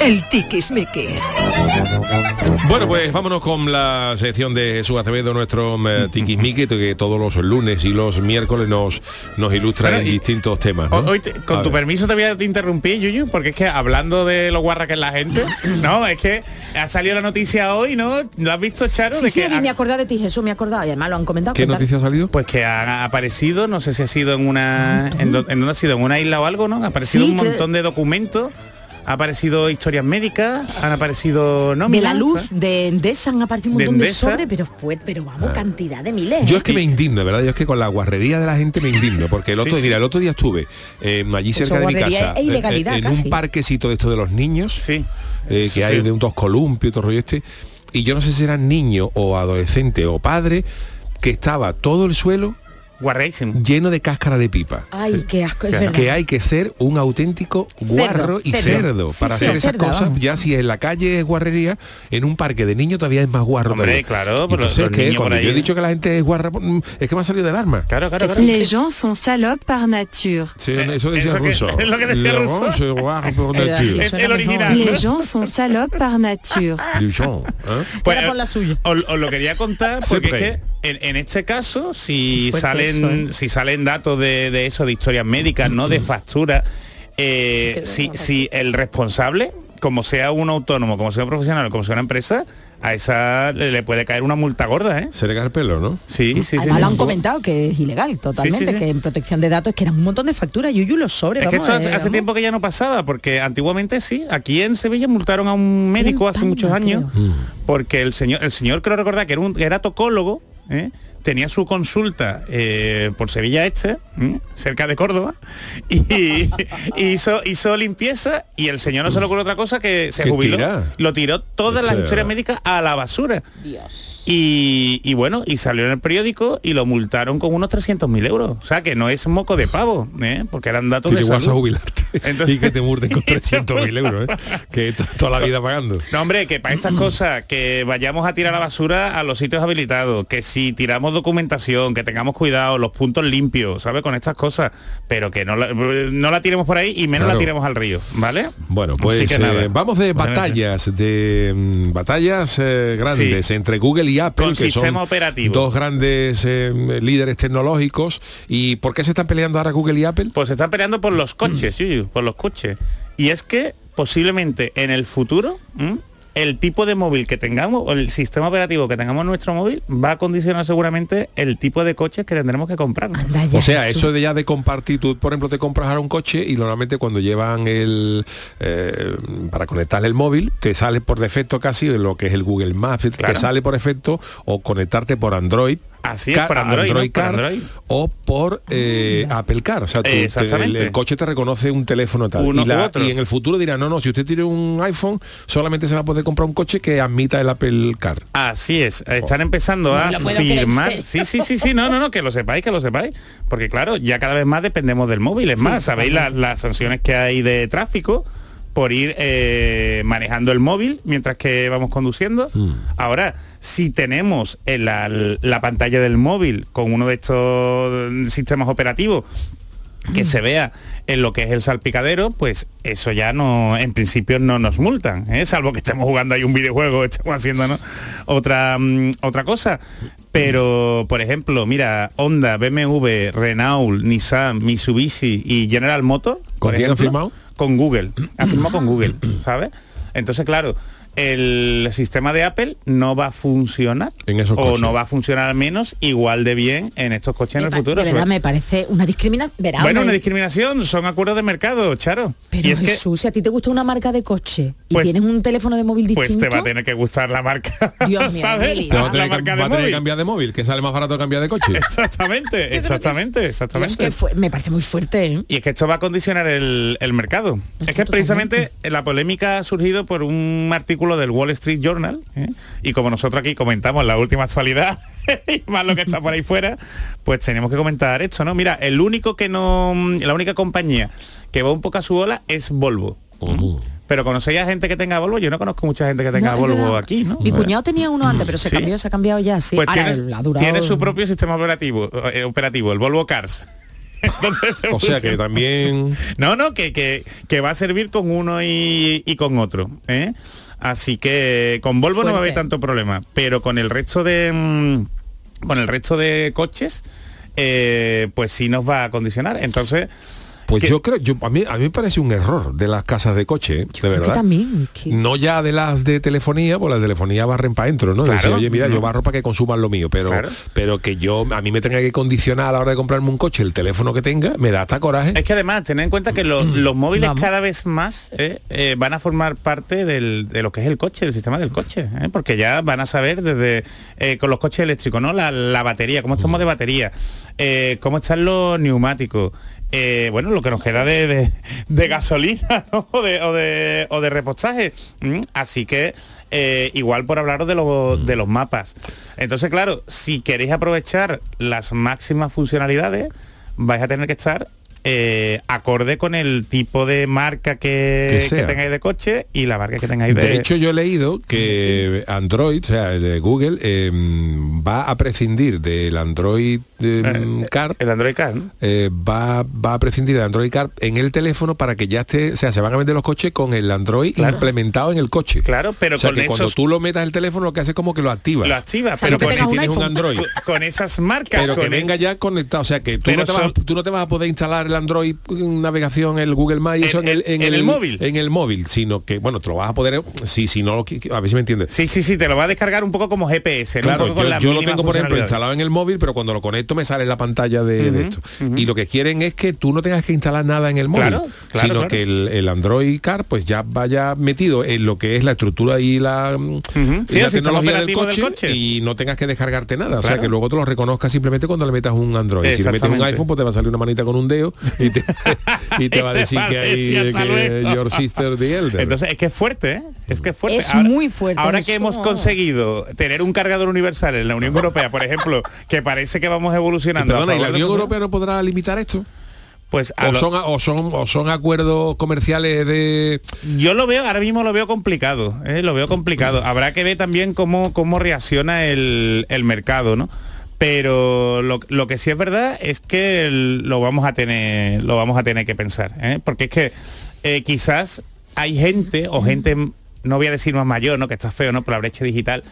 Speaker 1: El tiquismiquis.
Speaker 3: Bueno, pues vámonos con la sección de Jesús Acevedo, nuestro eh, tiquismiqui, que todos los lunes y los miércoles nos, nos ilustra
Speaker 4: Bueno,
Speaker 3: en
Speaker 4: y-
Speaker 3: distintos temas. ¿no?
Speaker 4: O- hoy te-
Speaker 3: A
Speaker 4: con tu
Speaker 3: ver.
Speaker 4: permiso te voy a interrumpir, Yuyu, porque es que hablando de lo guarra que es la gente, no, es que ha salido la noticia hoy, ¿no? ¿Lo has visto, Charo?
Speaker 6: Sí,
Speaker 4: de
Speaker 6: sí,
Speaker 4: que
Speaker 6: a mí
Speaker 4: ha-
Speaker 6: me acordaba de ti, Jesús, me acordaba, y además lo han comentado.
Speaker 3: ¿Qué
Speaker 6: contar-
Speaker 3: noticia ha salido?
Speaker 4: Pues que ha aparecido, no sé si ha sido en una... ¿En, do- en dónde ha sido? ¿En una isla o algo, no? Ha aparecido
Speaker 6: Sí,
Speaker 4: un
Speaker 6: creo-
Speaker 4: montón de documentos, ha aparecido historias médicas, han aparecido
Speaker 6: de
Speaker 4: nóminas...
Speaker 6: la luz,
Speaker 4: ¿sabes?
Speaker 6: de Endesa han aparecido un
Speaker 4: De
Speaker 6: montón de,
Speaker 4: Endesa.
Speaker 6: sobre, pero fue, pero vamos, cantidad de miles.
Speaker 3: Yo
Speaker 6: ¿eh?
Speaker 3: es que me indigno, de ¿verdad? Yo es que con la guarrería de la gente me indigno, porque el otro,
Speaker 4: Sí, sí.
Speaker 3: mira, el otro día estuve eh, allí
Speaker 6: Eso,
Speaker 3: cerca de mi
Speaker 6: guarrería
Speaker 3: casa,
Speaker 6: e
Speaker 3: eh,
Speaker 6: ilegalidad
Speaker 3: eh, en
Speaker 6: casi.
Speaker 3: un parquecito de esto de los niños,
Speaker 4: Sí.
Speaker 3: eh,
Speaker 4: Sí,
Speaker 3: que hay
Speaker 4: sí.
Speaker 3: de un dos columpios, todo rollo este, y yo no sé si eran niño o adolescente o padre, que estaba todo el suelo
Speaker 4: Guarreísimo.
Speaker 3: lleno de cáscara de pipa.
Speaker 6: Ay, qué asco, es
Speaker 3: Que-
Speaker 6: verdad.
Speaker 3: que hay que ser un auténtico guarro y
Speaker 6: Ah, cerdo.
Speaker 3: cerdo,
Speaker 6: Sí,
Speaker 3: para
Speaker 6: sí,
Speaker 3: hacer esas
Speaker 6: cerdo,
Speaker 3: cosas
Speaker 6: vamos.
Speaker 3: ya si en la calle es guarrería en un parque de niños todavía es más guarro
Speaker 4: Hombre,
Speaker 3: todavía.
Speaker 4: claro, pero
Speaker 3: Entonces, es
Speaker 4: los
Speaker 3: que
Speaker 4: niños por
Speaker 3: cuando
Speaker 4: ahí-
Speaker 3: yo he dicho que la gente es guarra mm, es que me ha salido del arma
Speaker 4: Claro, claro, claro.
Speaker 12: Les gens sont salopes par nature.
Speaker 3: Sí, eso decía
Speaker 4: Eh, eso que-
Speaker 3: Russo.
Speaker 4: es lo que decía
Speaker 3: Le
Speaker 4: Russo.
Speaker 3: Ronce, guarro por
Speaker 6: Era así,
Speaker 3: nature.
Speaker 4: Es
Speaker 6: suena
Speaker 4: el
Speaker 6: mejor.
Speaker 4: original.
Speaker 12: Les gens sont salopes par nature.
Speaker 3: Duchamp, ¿eh?
Speaker 4: Pues,
Speaker 6: Era por la suya.
Speaker 4: Os, os lo quería contar porque
Speaker 3: Siempre.
Speaker 4: es que en, en este caso, si
Speaker 6: Fuerte
Speaker 4: salen,
Speaker 6: eso, ¿eh?
Speaker 4: si salen datos de, de
Speaker 6: Mm.
Speaker 4: eso, de historias médicas, no de factura, eh,
Speaker 6: Qué
Speaker 4: si,
Speaker 6: bueno.
Speaker 4: si el responsable como sea un autónomo, como sea un profesional, o como sea una empresa, a esa le, le puede caer una multa gorda, ¿eh?
Speaker 6: Se le cae el pelo, ¿no?
Speaker 4: Sí, sí, sí.
Speaker 1: Además
Speaker 4: sí.
Speaker 1: lo han comentado que es ilegal totalmente,
Speaker 4: Sí, sí, sí.
Speaker 1: que en protección de datos que eran un montón de facturas, Yuyu los sobre.
Speaker 4: Es que
Speaker 1: vamos,
Speaker 4: esto hace,
Speaker 1: eh,
Speaker 4: hace
Speaker 1: vamos.
Speaker 4: tiempo que ya no pasaba, porque antiguamente sí, aquí en Sevilla multaron a un médico hace muchos años, Mm. porque el señor, el señor creo recordar que era, un, que era tocólogo, ¿eh? tenía su consulta eh, por Sevilla Este, ¿eh? cerca de Córdoba, y, y hizo, hizo limpieza y el señor no se le ocurrió otra cosa que se
Speaker 6: ¿Qué
Speaker 4: jubiló,
Speaker 6: tira?
Speaker 4: lo tiró todas las
Speaker 6: Hostia.
Speaker 4: historias médicas a la basura. Y, y bueno, y salió en el periódico y lo multaron con unos 300.000 euros. O sea, que no es moco de pavo, ¿eh? porque eran datos
Speaker 6: Tú
Speaker 4: de
Speaker 6: te vas a
Speaker 4: salud.
Speaker 6: jubilarte y que te murden con 300.000 euros, ¿eh? que to- toda la vida pagando.
Speaker 4: No, hombre, que para estas cosas, que vayamos a tirar la basura a los sitios habilitados, que si tiramos documentación, que tengamos cuidado, los puntos limpios, ¿sabes? Con estas cosas, pero que no la, no la tiremos por ahí y menos
Speaker 6: Claro.
Speaker 4: la tiremos al río, ¿vale?
Speaker 6: Bueno,
Speaker 4: Así
Speaker 6: pues
Speaker 4: que
Speaker 6: eh,
Speaker 4: nada.
Speaker 6: vamos de
Speaker 4: Buenas noches.
Speaker 6: batallas, de mm, batallas eh, grandes entre Google y Apple,
Speaker 4: Con
Speaker 6: que son
Speaker 4: sistema operativo.
Speaker 6: dos grandes eh, líderes tecnológicos. ¿Y por qué se están peleando ahora Google y Apple?
Speaker 4: Pues se están peleando por
Speaker 6: Mm.
Speaker 4: los coches, Yuyu, por los coches. Y es que posiblemente en el futuro ¿m? el tipo de móvil que tengamos o el sistema operativo que tengamos en nuestro móvil va a condicionar seguramente el tipo de coches que tendremos que comprar. ¿no?
Speaker 6: O sea, eso de ya de compartir, tú por ejemplo te compras ahora un coche y normalmente cuando llevan el eh, para conectarle el móvil, te sale por defecto casi lo que es el Google Maps,
Speaker 4: Claro.
Speaker 6: te sale por defecto o conectarte por Android.
Speaker 4: Así es, por Android, ¿no? Por
Speaker 6: Ah, Car
Speaker 4: Android.
Speaker 6: o por
Speaker 1: Ah,
Speaker 6: eh, Apple Car. O sea, tú- te- el,
Speaker 4: Exactamente.
Speaker 6: el coche te reconoce un teléfono tal.
Speaker 4: Uno
Speaker 6: y, la-
Speaker 4: u otro.
Speaker 6: y en el futuro dirá, no, no, si usted tiene un iPhone, solamente se va a poder comprar un coche que admita el Apple Car.
Speaker 4: Así es, están empezando a
Speaker 6: Oh. lo puedo creer, ¿en
Speaker 4: firmar.
Speaker 6: serio?
Speaker 4: Sí, sí, sí, sí, no, no, no, que lo sepáis, que lo sepáis. Porque claro, ya cada vez más dependemos del móvil. Es
Speaker 13: Sí,
Speaker 4: más, sabéis la- las sanciones que hay de tráfico por ir eh, manejando el móvil mientras que vamos conduciendo.
Speaker 6: Hmm.
Speaker 4: Ahora, si tenemos en la, la pantalla del móvil con uno de estos mm, sistemas operativos
Speaker 6: Mm.
Speaker 4: que se vea en lo que es el salpicadero, pues eso ya no, en principio no nos multan, ¿eh? salvo que estemos jugando ahí un videojuego, estemos haciendo ¿no? otra, mm, otra cosa. Pero, por ejemplo, mira, Honda, BMW, Renault, Nissan, Mitsubishi y General Motors. por
Speaker 6: ¿Con quién han
Speaker 4: ejemplo,
Speaker 6: firmado?
Speaker 4: Con Google. Ha firmado con Google, ¿sabes? Entonces, claro, el sistema de Apple no va a funcionar.
Speaker 6: En esos
Speaker 4: o
Speaker 6: coches.
Speaker 4: no va a funcionar al menos igual de bien en estos coches en el
Speaker 1: Me pa-
Speaker 4: futuro.
Speaker 1: de
Speaker 4: sobre
Speaker 1: verdad me parece una discriminación. Verá,
Speaker 4: bueno,
Speaker 1: una
Speaker 4: una discriminación, son acuerdos de mercado, Charo.
Speaker 1: Pero
Speaker 4: y es que
Speaker 1: Jesús, si a ti te gusta una marca de coche y
Speaker 4: Pues-
Speaker 1: tienes un teléfono de móvil
Speaker 4: pues
Speaker 1: distinto,
Speaker 4: te va a tener que gustar la marca.
Speaker 1: Dios mío, Emily.
Speaker 6: Te va a tener,
Speaker 4: La
Speaker 6: que-
Speaker 4: marca de
Speaker 6: va a tener que
Speaker 4: móvil.
Speaker 6: cambiar de móvil, que sale más barato cambiar de coche.
Speaker 4: exactamente, exactamente,
Speaker 1: Dios,
Speaker 4: exactamente.
Speaker 1: que fue- me parece muy fuerte. ¿eh?
Speaker 4: Y es que esto va a condicionar el, el mercado. Es que precisamente la polémica ha surgido por un artículo del Wall Street Journal, ¿eh? y como nosotros aquí comentamos la última actualidad, y más lo que está por ahí fuera, pues tenemos que comentar esto, ¿no? Mira, el único que no, la única compañía que va un poco a su ola es Volvo. Pero conocéis a gente que tenga Volvo, yo no conozco mucha gente que tenga
Speaker 1: No, es
Speaker 4: Volvo
Speaker 1: verdad.
Speaker 4: aquí, ¿no?
Speaker 1: Mi cuñado tenía uno antes, pero se
Speaker 4: ¿Sí?
Speaker 1: cambió, se ha cambiado ya, sí.
Speaker 4: Pues
Speaker 1: Ahora,
Speaker 4: tiene,
Speaker 1: él ha durado-
Speaker 4: tiene su propio sistema operativo, eh, operativo el Volvo Cars. Entonces,
Speaker 6: O sea que también...
Speaker 4: No, no, que, que, que va a servir con uno y, y con otro. ¿eh? Así que con Volvo no va a haber tanto problema, pero con el resto de mm, con el resto de coches, eh, pues sí nos va a condicionar. Entonces,
Speaker 6: Pues yo creo, yo, a, mí, a mí me parece un error de las casas de coche, ¿eh? de
Speaker 1: Es que
Speaker 6: verdad.
Speaker 1: también, que-
Speaker 6: No ya de las de telefonía, pues las de telefonía barren para adentro, ¿no?
Speaker 4: Claro,
Speaker 6: Decir, oye, mira,
Speaker 4: no.
Speaker 6: yo barro para que consuman lo mío, pero,
Speaker 4: Claro.
Speaker 6: pero que yo, a mí me tenga que condicionar a la hora de comprarme un coche el teléfono que tenga, me da hasta coraje.
Speaker 4: Es que además, tened en cuenta que lo- los móviles cada vez más eh, eh, van a formar parte del- de lo que es el coche, del sistema del coche, eh, porque ya van a saber desde eh, con los coches eléctricos, ¿no? La, la batería, cómo estamos de batería, eh, cómo están los neumáticos. eh, bueno, lo que nos queda de, de- de gasolina ¿no? o, de, o de- o de repostaje. ¿m? Así que eh, igual por hablaros de, los de los mapas. Entonces, claro, si queréis aprovechar las máximas funcionalidades, vais a tener que estar eh, acorde con el tipo de marca
Speaker 6: Que
Speaker 4: que, que
Speaker 6: sea.
Speaker 4: tengáis de coche y la marca que tengáis de...
Speaker 6: De hecho, yo he leído que Android, o sea, el de Google, eh, va a prescindir del Android eh, Car.
Speaker 4: El Android Car,
Speaker 6: eh, va, va a prescindir del Android Car en el teléfono para que ya esté, o sea, se van a vender los coches con el Android implementado en el coche.
Speaker 4: Claro, pero
Speaker 6: o sea,
Speaker 4: con
Speaker 6: que cuando
Speaker 4: esos-
Speaker 6: tú lo metas el teléfono, lo que hace es como que lo activas.
Speaker 4: lo activas,
Speaker 6: pero
Speaker 4: pero
Speaker 6: que si tienes un
Speaker 4: iPhone.
Speaker 6: Android.
Speaker 4: Con esas marcas,
Speaker 6: Pero que
Speaker 4: con
Speaker 6: venga ya conectado, o sea que tú
Speaker 4: Pero
Speaker 6: no, te vas, a-
Speaker 4: son-
Speaker 6: tú no te vas a poder instalar el el Android mm, navegación, el Google My, eso en, el, eh,
Speaker 4: en el móvil?
Speaker 6: En el móvil, sino que, bueno, te lo vas a poder. Sí, si no lo qui- a ver si me entiendes.
Speaker 4: Sí, sí, sí, te lo va a descargar un poco como GPS. ¿no? Un
Speaker 6: Claro,
Speaker 4: poco con
Speaker 6: yo,
Speaker 4: las
Speaker 6: yo lo
Speaker 4: mínimas
Speaker 6: tengo, por ejemplo,
Speaker 4: funcionalidades.
Speaker 6: instalado en el móvil, pero cuando lo conecto me sale la pantalla de, de esto. Y lo que quieren es que tú no tengas que instalar nada en el móvil,
Speaker 4: Claro, claro,
Speaker 6: sino
Speaker 4: claro.
Speaker 6: que el, el Android Car pues ya vaya metido en lo que es la estructura y la, mm, y
Speaker 4: Sí,
Speaker 6: la
Speaker 4: el sistema
Speaker 6: tecnología del
Speaker 4: operativo
Speaker 6: coche,
Speaker 4: del coche.
Speaker 6: y no tengas que descargarte nada. O sea,
Speaker 4: Claro.
Speaker 6: que luego te lo reconozcas simplemente cuando le metas un Android. Si le metes un
Speaker 4: Exactamente.
Speaker 6: iPhone, pues te va a salir una manita con un dedo y te, y te va a decir que hay
Speaker 4: decir, hasta
Speaker 6: que
Speaker 4: luego.
Speaker 6: your sister the elder.
Speaker 4: Entonces, es que es fuerte, ¿eh? Es que es fuerte.
Speaker 1: Es muy fuerte,
Speaker 4: Ahora
Speaker 1: eso.
Speaker 4: que hemos conseguido tener un cargador universal en la Unión Europea, por ejemplo, que parece que vamos evolucionando. a
Speaker 6: Perdona, ¿y la
Speaker 4: favor de-
Speaker 6: Unión Europea no podrá limitar esto?
Speaker 4: Pues a
Speaker 6: o,
Speaker 4: lo-
Speaker 6: son, o, son, o son acuerdos comerciales de...
Speaker 4: Yo lo veo, ahora mismo lo veo complicado, ¿eh? lo veo complicado. Habrá que ver también cómo, cómo reacciona el, el mercado, ¿no? Pero lo, lo que sí es verdad es que el- lo vamos a tener, lo vamos a tener que pensar, ¿eh? porque es que eh, quizás hay gente o gente, no voy a decir más mayor, ¿no? Que está feo, ¿no? Por la brecha digital,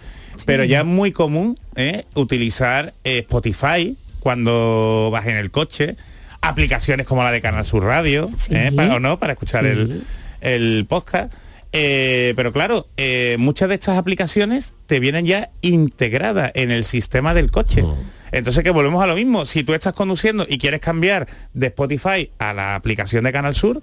Speaker 4: pero ya es muy común ¿eh? utilizar eh, Spotify cuando vas en el coche, aplicaciones como la de Canal Sur Radio, ¿eh? Pa- o no, para escuchar
Speaker 14: Sí.
Speaker 4: el, el podcast. Eh, pero claro, eh, muchas de estas aplicaciones te vienen ya integradas en el sistema del coche.
Speaker 6: Oh.
Speaker 4: Entonces que volvemos a lo mismo. Si tú estás conduciendo y quieres cambiar de Spotify a la aplicación de Canal Sur,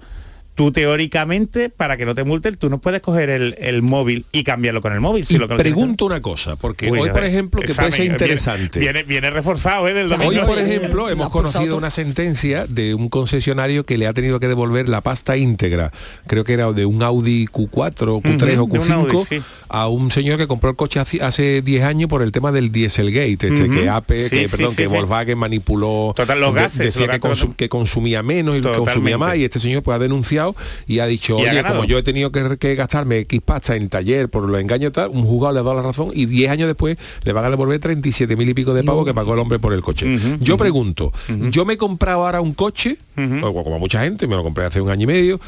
Speaker 4: tú teóricamente, para que no te multen, tú no puedes coger el, el móvil y cambiarlo con el móvil.
Speaker 6: Y
Speaker 4: si lo que lo tienes
Speaker 6: pregunto una cosa, porque
Speaker 4: Uy,
Speaker 6: hoy,
Speaker 4: a
Speaker 6: por
Speaker 4: ver,
Speaker 6: ejemplo, que puede
Speaker 4: examen,
Speaker 6: ser
Speaker 4: viene-
Speaker 6: interesante.
Speaker 4: Viene, viene reforzado, ¿eh? Del
Speaker 6: Hoy,
Speaker 4: domingo.
Speaker 6: por ejemplo, hemos conocido una sentencia de un concesionario que le ha tenido que devolver la pasta íntegra. Creo que era de un Audi Q4, Q3
Speaker 4: Ujú,
Speaker 6: o
Speaker 4: de un
Speaker 6: Q5
Speaker 4: Audi, sí.
Speaker 6: a un señor que compró el coche hace- hace 10 años por el tema del Dieselgate, este,
Speaker 4: Ujú.
Speaker 6: que Apple,
Speaker 4: Sí,
Speaker 6: que,
Speaker 4: sí,
Speaker 6: perdón,
Speaker 4: sí,
Speaker 6: que
Speaker 4: sí.
Speaker 6: Volkswagen manipuló
Speaker 4: Total, los
Speaker 6: de-
Speaker 4: gases,
Speaker 6: decía
Speaker 4: los
Speaker 6: que,
Speaker 4: gases,
Speaker 6: consu-
Speaker 4: los-
Speaker 6: que consumía menos y lo que consumía
Speaker 4: Totalmente.
Speaker 6: más y este señor pues ha denunciado y ha dicho,
Speaker 4: Y ha
Speaker 6: oye,
Speaker 4: ganado.
Speaker 6: como yo he tenido que, que gastarme X pasta en taller por los engaños y tal, un juzgado le ha dado la razón y 10 años después le van a devolver 37 mil y pico de pavos que pagó el hombre por el coche. yo pregunto, yo me he comprado ahora un coche, o como mucha gente, me lo compré hace un año y medio,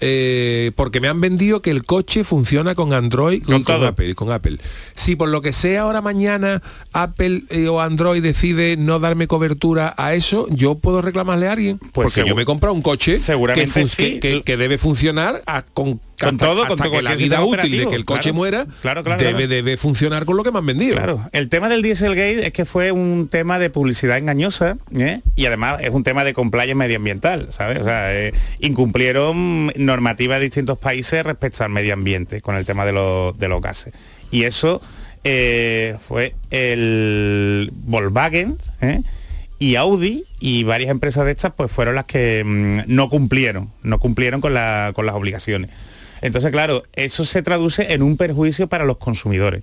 Speaker 6: eh, porque me han vendido que el coche funciona con Android y con Apple, con Apple. Si por lo que sea ahora mañana Apple eh, o Android decide no darme cobertura a eso, yo puedo reclamarle a alguien. porque yo
Speaker 4: seguro-
Speaker 6: me he comprado un coche
Speaker 4: Pues seguramente
Speaker 6: que, fun- que-
Speaker 4: sí.
Speaker 6: que- que debe funcionar a- con,
Speaker 4: Con
Speaker 6: hasta-
Speaker 4: todo, con
Speaker 6: hasta
Speaker 4: todo,
Speaker 6: que la
Speaker 4: cualquier
Speaker 6: vida
Speaker 4: sistema
Speaker 6: útil de
Speaker 4: operativo,
Speaker 6: que el coche
Speaker 4: claro.
Speaker 6: muera
Speaker 4: Claro, claro,
Speaker 6: debe,
Speaker 4: claro.
Speaker 6: debe funcionar con lo que me han vendido.
Speaker 4: Claro, el tema del Dieselgate es que fue un tema de publicidad engañosa ¿eh? y además es un tema de compliance medioambiental, ¿sabes? O sea, eh, incumplieron normativas de distintos países respecto al medio ambiente con el tema de, los- de los gases. Y eso eh, fue el Volkswagen ¿eh? y Audi y varias empresas de estas pues fueron las que mm, no cumplieron, no cumplieron con, la- con las obligaciones. Entonces, claro, eso se traduce en un perjuicio para los consumidores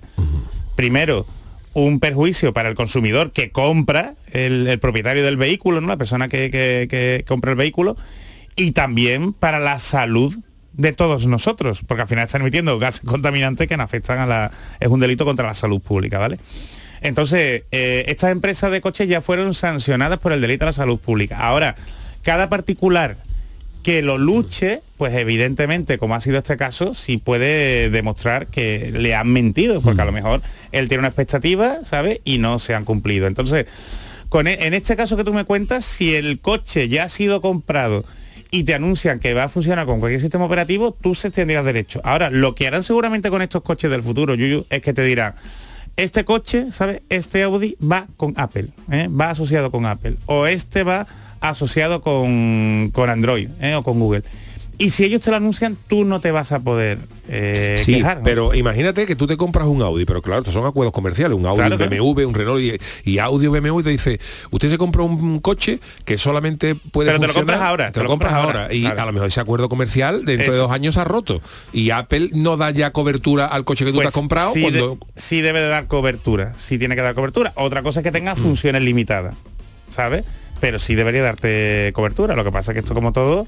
Speaker 4: primero un perjuicio para el consumidor que compra el, el propietario del vehículo, ¿no? la persona que, que- que compra el vehículo, y también para la salud de todos nosotros, porque al final están emitiendo gases contaminantes que nos afectan a la... es un delito contra la salud pública, ¿vale? Entonces, eh, estas empresas de coches ya fueron sancionadas por el delito a la salud pública. Ahora, cada particular que lo luche, pues evidentemente, como ha sido este caso, sí puede demostrar que le han mentido, porque a lo mejor él tiene una expectativa, ¿sabes? Y no se han cumplido. Entonces, con e- en este caso que tú me cuentas, si el coche ya ha sido comprado y te anuncian que va a funcionar con cualquier sistema operativo, tú se tendrías derecho. Ahora, lo que harán seguramente con estos coches del futuro, Yuyu, es que te dirán, este coche, ¿sabes? Este Audi va con Apple, ¿eh? va asociado con Apple. O este va asociado con, con Android ¿eh? o con Google. Y si ellos te lo anuncian, tú no te vas a poder eh,
Speaker 6: sí,
Speaker 4: quejar. ¿no?
Speaker 6: pero imagínate que tú te compras un Audi, pero claro, estos son acuerdos comerciales, un Audi,
Speaker 4: Claro,
Speaker 6: un
Speaker 4: claro.
Speaker 6: BMW, un Renault y, y Audi o BMW y te dice, usted se compra un coche que solamente puede
Speaker 4: Pero te lo
Speaker 6: funcionar-
Speaker 4: compras ahora,
Speaker 6: te, lo compras ahora, y
Speaker 4: claro.
Speaker 6: a lo mejor ese acuerdo comercial dentro de
Speaker 4: Eso.
Speaker 6: dos años se ha roto y Apple no da ya cobertura al coche que tú te
Speaker 4: Pues
Speaker 6: has comprado
Speaker 4: sí,
Speaker 6: cuando
Speaker 4: de- sí debe de dar cobertura, sí tiene que dar cobertura. Otra cosa es que
Speaker 6: Mm.
Speaker 4: tenga funciones limitadas, ¿sabes? Pero sí debería darte cobertura. Lo que pasa es que esto como todo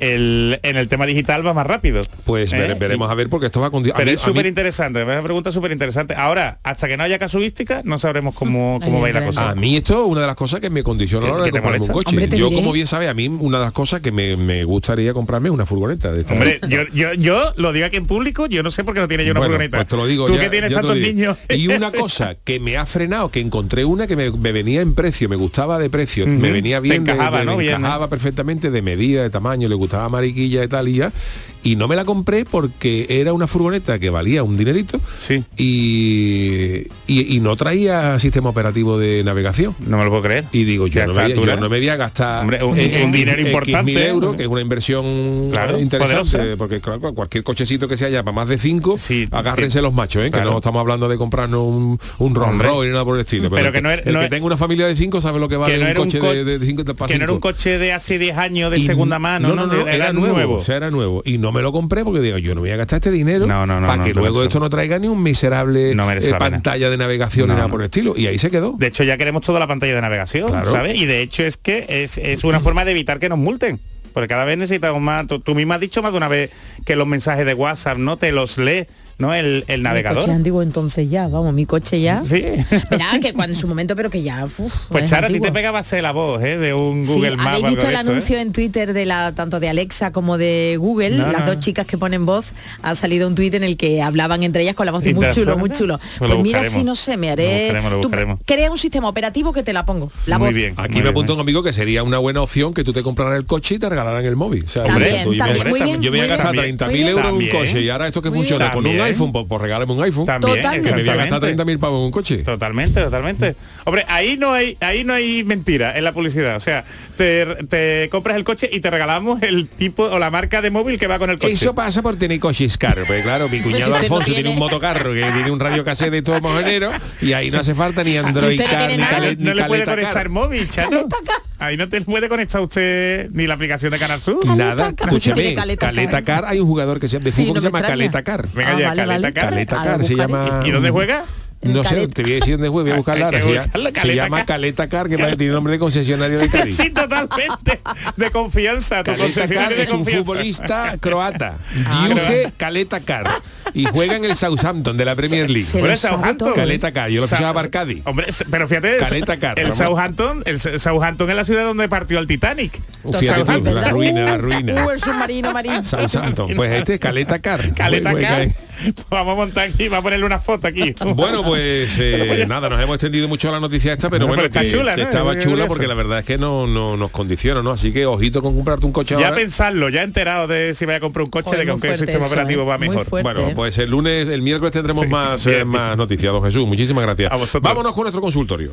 Speaker 4: el- en el tema digital va más rápido. ¿eh?
Speaker 3: Pues vere- veremos a ver porque esto va con... a
Speaker 4: Pero
Speaker 3: mí-
Speaker 4: es
Speaker 3: a mí-
Speaker 4: súper interesante, es una pregunta súper interesante. Ahora, hasta que no haya casuística, no sabremos cómo, cómo va a ir la cosa.
Speaker 3: A mí esto es una de las cosas que me condiciona a la hora de
Speaker 4: ¿Que te
Speaker 3: comprarme un
Speaker 4: molesta?
Speaker 3: coche.
Speaker 4: Hombre, te
Speaker 3: yo,
Speaker 4: diré.
Speaker 3: como bien sabe, a mí una de las cosas que me, me gustaría comprarme es una furgoneta. De
Speaker 4: Hombre, yo, yo, yo lo digo aquí en público, yo no sé por qué no tiene yo una furgoneta.
Speaker 3: Pues te lo digo,
Speaker 4: Tú
Speaker 3: ya-
Speaker 4: que tienes
Speaker 3: ya te lo
Speaker 4: tantos
Speaker 3: diré.
Speaker 4: niños.
Speaker 3: Y una cosa que me ha frenado, que encontré una que me, me venía en precio, me gustaba de precio, me
Speaker 4: Ujú.
Speaker 3: venía
Speaker 4: Te
Speaker 3: bien, de-
Speaker 4: encajaba,
Speaker 3: de-
Speaker 4: ¿no?
Speaker 3: me
Speaker 4: Bien, ¿no?
Speaker 3: encajaba perfectamente de medida, de tamaño, le gustaba mariquilla y tal y ya. Y no me la compré porque era una furgoneta que valía un dinerito y, y, y no traía sistema operativo de navegación.
Speaker 4: No me lo puedo creer.
Speaker 3: Y digo, yo,
Speaker 4: a
Speaker 3: no
Speaker 4: esta
Speaker 3: me, yo
Speaker 4: altura.
Speaker 3: no me voy a gastar
Speaker 4: Hombre, un-
Speaker 3: X-
Speaker 4: un dinero
Speaker 3: X
Speaker 4: importante.
Speaker 3: mil euros, que es una inversión
Speaker 4: Claro,
Speaker 3: eh, interesante,
Speaker 4: poderosa.
Speaker 3: porque claro, cualquier cochecito que se haya para más de cinco, agárrense los machos, ¿eh? que no estamos hablando de comprarnos un, un Rolls
Speaker 4: Hombre.
Speaker 3: Royce ni nada por el estilo.
Speaker 4: Pero que no
Speaker 3: el
Speaker 4: era-
Speaker 3: el
Speaker 4: no
Speaker 3: que
Speaker 4: era-
Speaker 3: tenga una familia de cinco sabe lo que vale
Speaker 4: no
Speaker 3: un
Speaker 4: era un
Speaker 3: coche
Speaker 4: co-
Speaker 3: de, de cinco para
Speaker 4: Que no era un
Speaker 3: cinco.
Speaker 4: coche de hace 10 años de
Speaker 3: Y-
Speaker 4: segunda mano,
Speaker 3: no, no, no, era, nuevo, o sea, era nuevo y no me lo compré porque digo yo no voy a gastar este dinero
Speaker 4: no,
Speaker 3: para
Speaker 4: no,
Speaker 3: que
Speaker 4: no
Speaker 3: luego
Speaker 4: merece-
Speaker 3: esto no traiga ni un miserable
Speaker 4: merece
Speaker 3: eh,
Speaker 4: la pena.
Speaker 3: pantalla de navegación ni
Speaker 4: No,
Speaker 3: nada
Speaker 4: no.
Speaker 3: por el estilo y ahí se quedó
Speaker 4: De hecho, ya queremos toda la pantalla de navegación,
Speaker 3: Claro.
Speaker 4: ¿sabes? Y de hecho es que es, es una forma de evitar que nos multen. Porque cada vez necesitamos más. Tú, tú misma has dicho más de una vez que los mensajes de WhatsApp no te los lee, ¿no? El, el
Speaker 6: Mi
Speaker 4: navegador.
Speaker 3: ¿Ah?
Speaker 6: coche es antiguo entonces ya, vamos, mi coche ya.
Speaker 4: Sí.
Speaker 6: Verá que cuando en su momento, pero que ya. uf,
Speaker 4: Pues
Speaker 6: es
Speaker 4: Chara, a ti
Speaker 6: antiguo.
Speaker 4: te pegaba ser la voz, ¿eh? De un
Speaker 6: Sí,
Speaker 4: Google Maps.
Speaker 6: habéis
Speaker 4: o algo
Speaker 6: visto el
Speaker 4: de esto, ¿eh?
Speaker 6: anuncio en Twitter de la tanto de Alexa como de Google,
Speaker 4: No,
Speaker 6: las
Speaker 4: no.
Speaker 6: dos chicas que ponen voz, ha salido un tuit en el que hablaban entre ellas con la voz de
Speaker 4: ¿Y te
Speaker 6: muy
Speaker 4: la
Speaker 6: chulo,
Speaker 4: suena?
Speaker 6: muy chulo.
Speaker 4: Pues lo
Speaker 6: Pues mira
Speaker 4: buscaremos.
Speaker 6: si no sé, me
Speaker 4: Lo
Speaker 6: haré.
Speaker 4: buscaremos, lo
Speaker 6: Tú
Speaker 4: buscaremos.
Speaker 6: crea un sistema operativo que te la pongo. La voz.
Speaker 3: Aquí me apunta un amigo que sería una buena opción que tú te compraras el coche y te regalaran el móvil. O sea,
Speaker 6: También,
Speaker 3: yo- yo-
Speaker 6: también,
Speaker 3: yo-
Speaker 6: muy bien,
Speaker 3: yo voy a
Speaker 6: muy
Speaker 3: gastar
Speaker 6: bien.
Speaker 3: 30.000 euros en un
Speaker 4: También.
Speaker 3: coche y ahora esto que
Speaker 4: Muy
Speaker 3: funciona
Speaker 4: bien.
Speaker 3: con un
Speaker 4: También.
Speaker 3: iPhone, pues, pues regálame un iPhone.
Speaker 4: Totalmente.
Speaker 3: Que me voy a gastar 30.000 pavos en un coche.
Speaker 4: Totalmente, totalmente. Hombre, ahí no hay, ahí no hay mentira en la publicidad. O sea, te, te compras el coche y te regalamos el tipo o la marca de móvil que va con el coche.
Speaker 3: Eso pasa por tener coches caros, porque claro, mi
Speaker 4: Pues
Speaker 3: cuñado
Speaker 4: usted no
Speaker 3: Alfonso
Speaker 4: tiene.
Speaker 3: tiene un motocarro que tiene un radio cassette de todo mojonero y ahí no hace falta ni Android
Speaker 4: Usted no
Speaker 3: Car,
Speaker 4: tiene
Speaker 3: ni
Speaker 4: nada.
Speaker 3: cale- ni
Speaker 4: No le
Speaker 3: caleta
Speaker 4: puede
Speaker 3: Car.
Speaker 4: conectar móvil, Chano. Ahí no te puede conectar usted ni la aplicación de Canal Sur.
Speaker 3: Nada, escúchame,
Speaker 4: Caleta Car.
Speaker 3: Caleta Car, hay un jugador que se llama de
Speaker 4: Sí,
Speaker 3: fútbol
Speaker 4: no
Speaker 3: que se
Speaker 4: me
Speaker 3: llama
Speaker 4: extraña.
Speaker 3: Caleta Car.
Speaker 4: Venga ya, Ah, vale, Caleta vale. Car.
Speaker 3: Caleta
Speaker 4: Ah, lo
Speaker 3: Car se
Speaker 4: buscaré.
Speaker 3: llama.
Speaker 4: ¿Y- y dónde juega?
Speaker 3: No sé,
Speaker 4: Caleta.
Speaker 3: te voy a decir dónde juega, voy a buscar
Speaker 4: Hay
Speaker 3: la
Speaker 4: que
Speaker 3: se, llama-
Speaker 4: buscarlo,
Speaker 3: se
Speaker 4: Caleta
Speaker 3: llama
Speaker 4: Car.
Speaker 3: Caleta Car, que parece- tiene nombre de concesionario de Cádiz.
Speaker 4: Sí, totalmente. De confianza. tu
Speaker 3: Caleta Car
Speaker 4: concesionario de
Speaker 3: es un
Speaker 4: confianza.
Speaker 3: futbolista croata,
Speaker 4: Ah,
Speaker 3: Diuje
Speaker 4: croata.
Speaker 3: Caleta Car, y juega en el Southampton de la Premier League.
Speaker 4: Pero el Southampton.
Speaker 3: Caleta Car, yo lo
Speaker 4: Sa-
Speaker 3: fichaba Barcadi.
Speaker 4: Hombre, pero fíjate,
Speaker 3: Caleta Car,
Speaker 4: el
Speaker 3: vamos.
Speaker 4: Southampton, el S- Southampton es la ciudad donde partió el Titanic.
Speaker 3: Uh, fíjate tú,
Speaker 4: Southampton.
Speaker 3: la ruina, la ruina.
Speaker 6: Uh, el submarino marino.
Speaker 3: Southampton, pues este es Caleta Car.
Speaker 4: Caleta
Speaker 3: Juega-
Speaker 4: Car. Vamos a montar aquí, vamos a ponerle una foto aquí.
Speaker 3: Bueno, pues eh, nada, nos hemos extendido mucho a la noticia esta, pero
Speaker 4: No,
Speaker 3: bueno,
Speaker 4: pero está
Speaker 3: que,
Speaker 4: chula,
Speaker 3: que
Speaker 4: ¿no?
Speaker 3: estaba
Speaker 4: Es muy
Speaker 3: chula
Speaker 4: curioso.
Speaker 3: porque la verdad es que no, no nos condiciona, ¿no? Así que ojito con comprarte un coche
Speaker 4: Ya
Speaker 3: ahora.
Speaker 4: pensarlo, ya enterado de si voy a comprar un coche,
Speaker 3: Joder,
Speaker 4: de que
Speaker 3: muy
Speaker 4: aunque el
Speaker 3: fuerte
Speaker 4: sistema
Speaker 3: eso,
Speaker 4: operativo
Speaker 3: ¿eh?
Speaker 4: va
Speaker 3: Muy
Speaker 4: mejor.
Speaker 3: fuerte. Bueno, pues el lunes, el miércoles tendremos más, eh, más noticias, don Jesús. Muchísimas gracias. Vámonos con nuestro consultorio.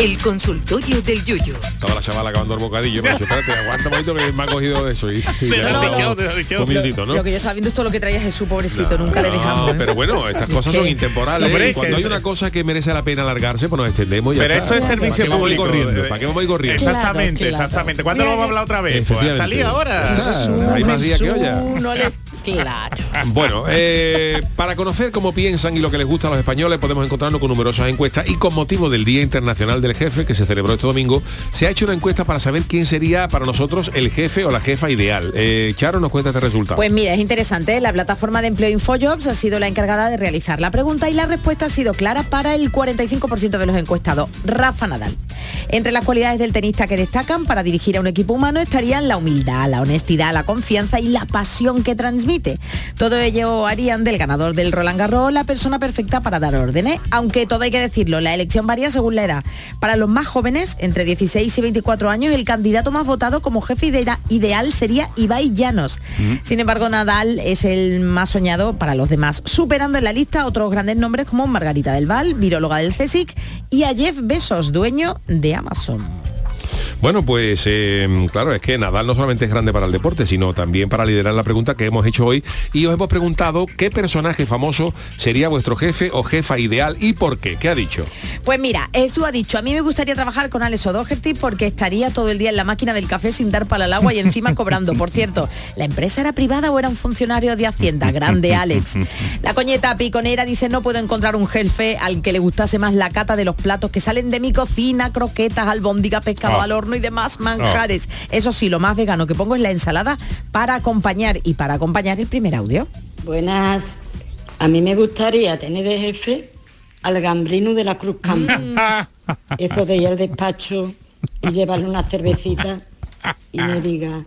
Speaker 1: El consultorio del Yuyu.
Speaker 3: Estaba la chavala acabando el bocadillo. Me ha dicho, espérate, aguanta un momento que me ha cogido de eso. Y, y ya
Speaker 4: has
Speaker 3: estaba-
Speaker 4: echado, te lo has echado.
Speaker 3: Un minutito, ¿no?
Speaker 6: Lo que yo estaba viendo es todo lo que traía Jesús, pobrecito, nunca le dejamos. ¿eh?
Speaker 4: ¿eh?
Speaker 3: No, pero bueno, estas cosas son
Speaker 6: Sí.
Speaker 3: intemporales.
Speaker 4: Sí, sí,
Speaker 3: y cuando
Speaker 4: sí,
Speaker 3: hay
Speaker 4: sí.
Speaker 3: una cosa que merece la pena alargarse, pues nos extendemos y ya
Speaker 4: Pero
Speaker 3: está.
Speaker 4: esto es
Speaker 3: ¿Para
Speaker 4: servicio
Speaker 3: qué vamos a ir
Speaker 4: público. eh,
Speaker 3: corriendo? ¿Para qué vamos a ir corriendo?
Speaker 4: Exactamente, exactamente. ¿Cuándo lo vamos a hablar otra vez? Pues
Speaker 3: Efectivamente.
Speaker 4: salí ahora.
Speaker 3: Claro, Ah, hay más día que olla.
Speaker 6: No le- Claro.
Speaker 3: Bueno,
Speaker 4: Ah.
Speaker 3: eh, para conocer cómo piensan y lo que les gusta a los españoles, podemos encontrarnos con numerosas encuestas y con motivo del Día Internacional del Jefe, que se celebró este domingo, se ha hecho una encuesta para saber quién sería para nosotros el jefe o la jefa ideal. Eh, Charo nos cuenta este resultado.
Speaker 6: Pues mira, es interesante. La plataforma de empleo InfoJobs ha sido la encargada de realizar la pregunta y la respuesta ha sido clara para el 45% de los encuestados. Rafa Nadal. Entre las cualidades del tenista que destacan para dirigir a un equipo humano estarían la humildad, la honestidad, la confianza y la pasión que transmite. Todo ello harían del ganador del Roland Garros la persona perfecta para dar órdenes, aunque todo hay que decirlo, la elección varía según la edad. Para los más jóvenes, entre 16 y 24 años, el candidato más votado como jefe idea- ideal sería Ibai Llanos. Sin embargo, Nadal es el más soñado para los demás, superando en la lista otros grandes nombres como Margarita del Val, viróloga del CSIC, y a Jeff Bezos, dueño de Amazon.
Speaker 3: Bueno, pues eh, claro, es que Nadal no solamente es grande para el deporte, sino también para liderar la pregunta que hemos hecho hoy y os hemos preguntado qué personaje famoso sería vuestro jefe o jefa ideal y por qué. ¿Qué ha dicho?
Speaker 6: Pues mira, eso ha dicho, a mí me gustaría trabajar con Alex O'Doherty porque estaría todo el día en la máquina del café sin dar pala al agua y encima cobrando. Por cierto, ¿la empresa era privada o era un funcionario de Hacienda? Grande Alex. La coñeta piconera dice, no puedo encontrar un jefe al que le gustase más la cata de los platos que salen de mi cocina, croquetas, albóndigas, pescado
Speaker 15: Ah.
Speaker 6: al horno y demás manjares. Eso sí, lo más vegano que pongo es la ensalada para acompañar y para acompañar el primer audio.
Speaker 16: Buenas. A mí me gustaría tener de jefe al gambrino de la Cruz Campo.
Speaker 3: Mm.
Speaker 16: Eso de ir al despacho y llevarle una cervecita y me diga,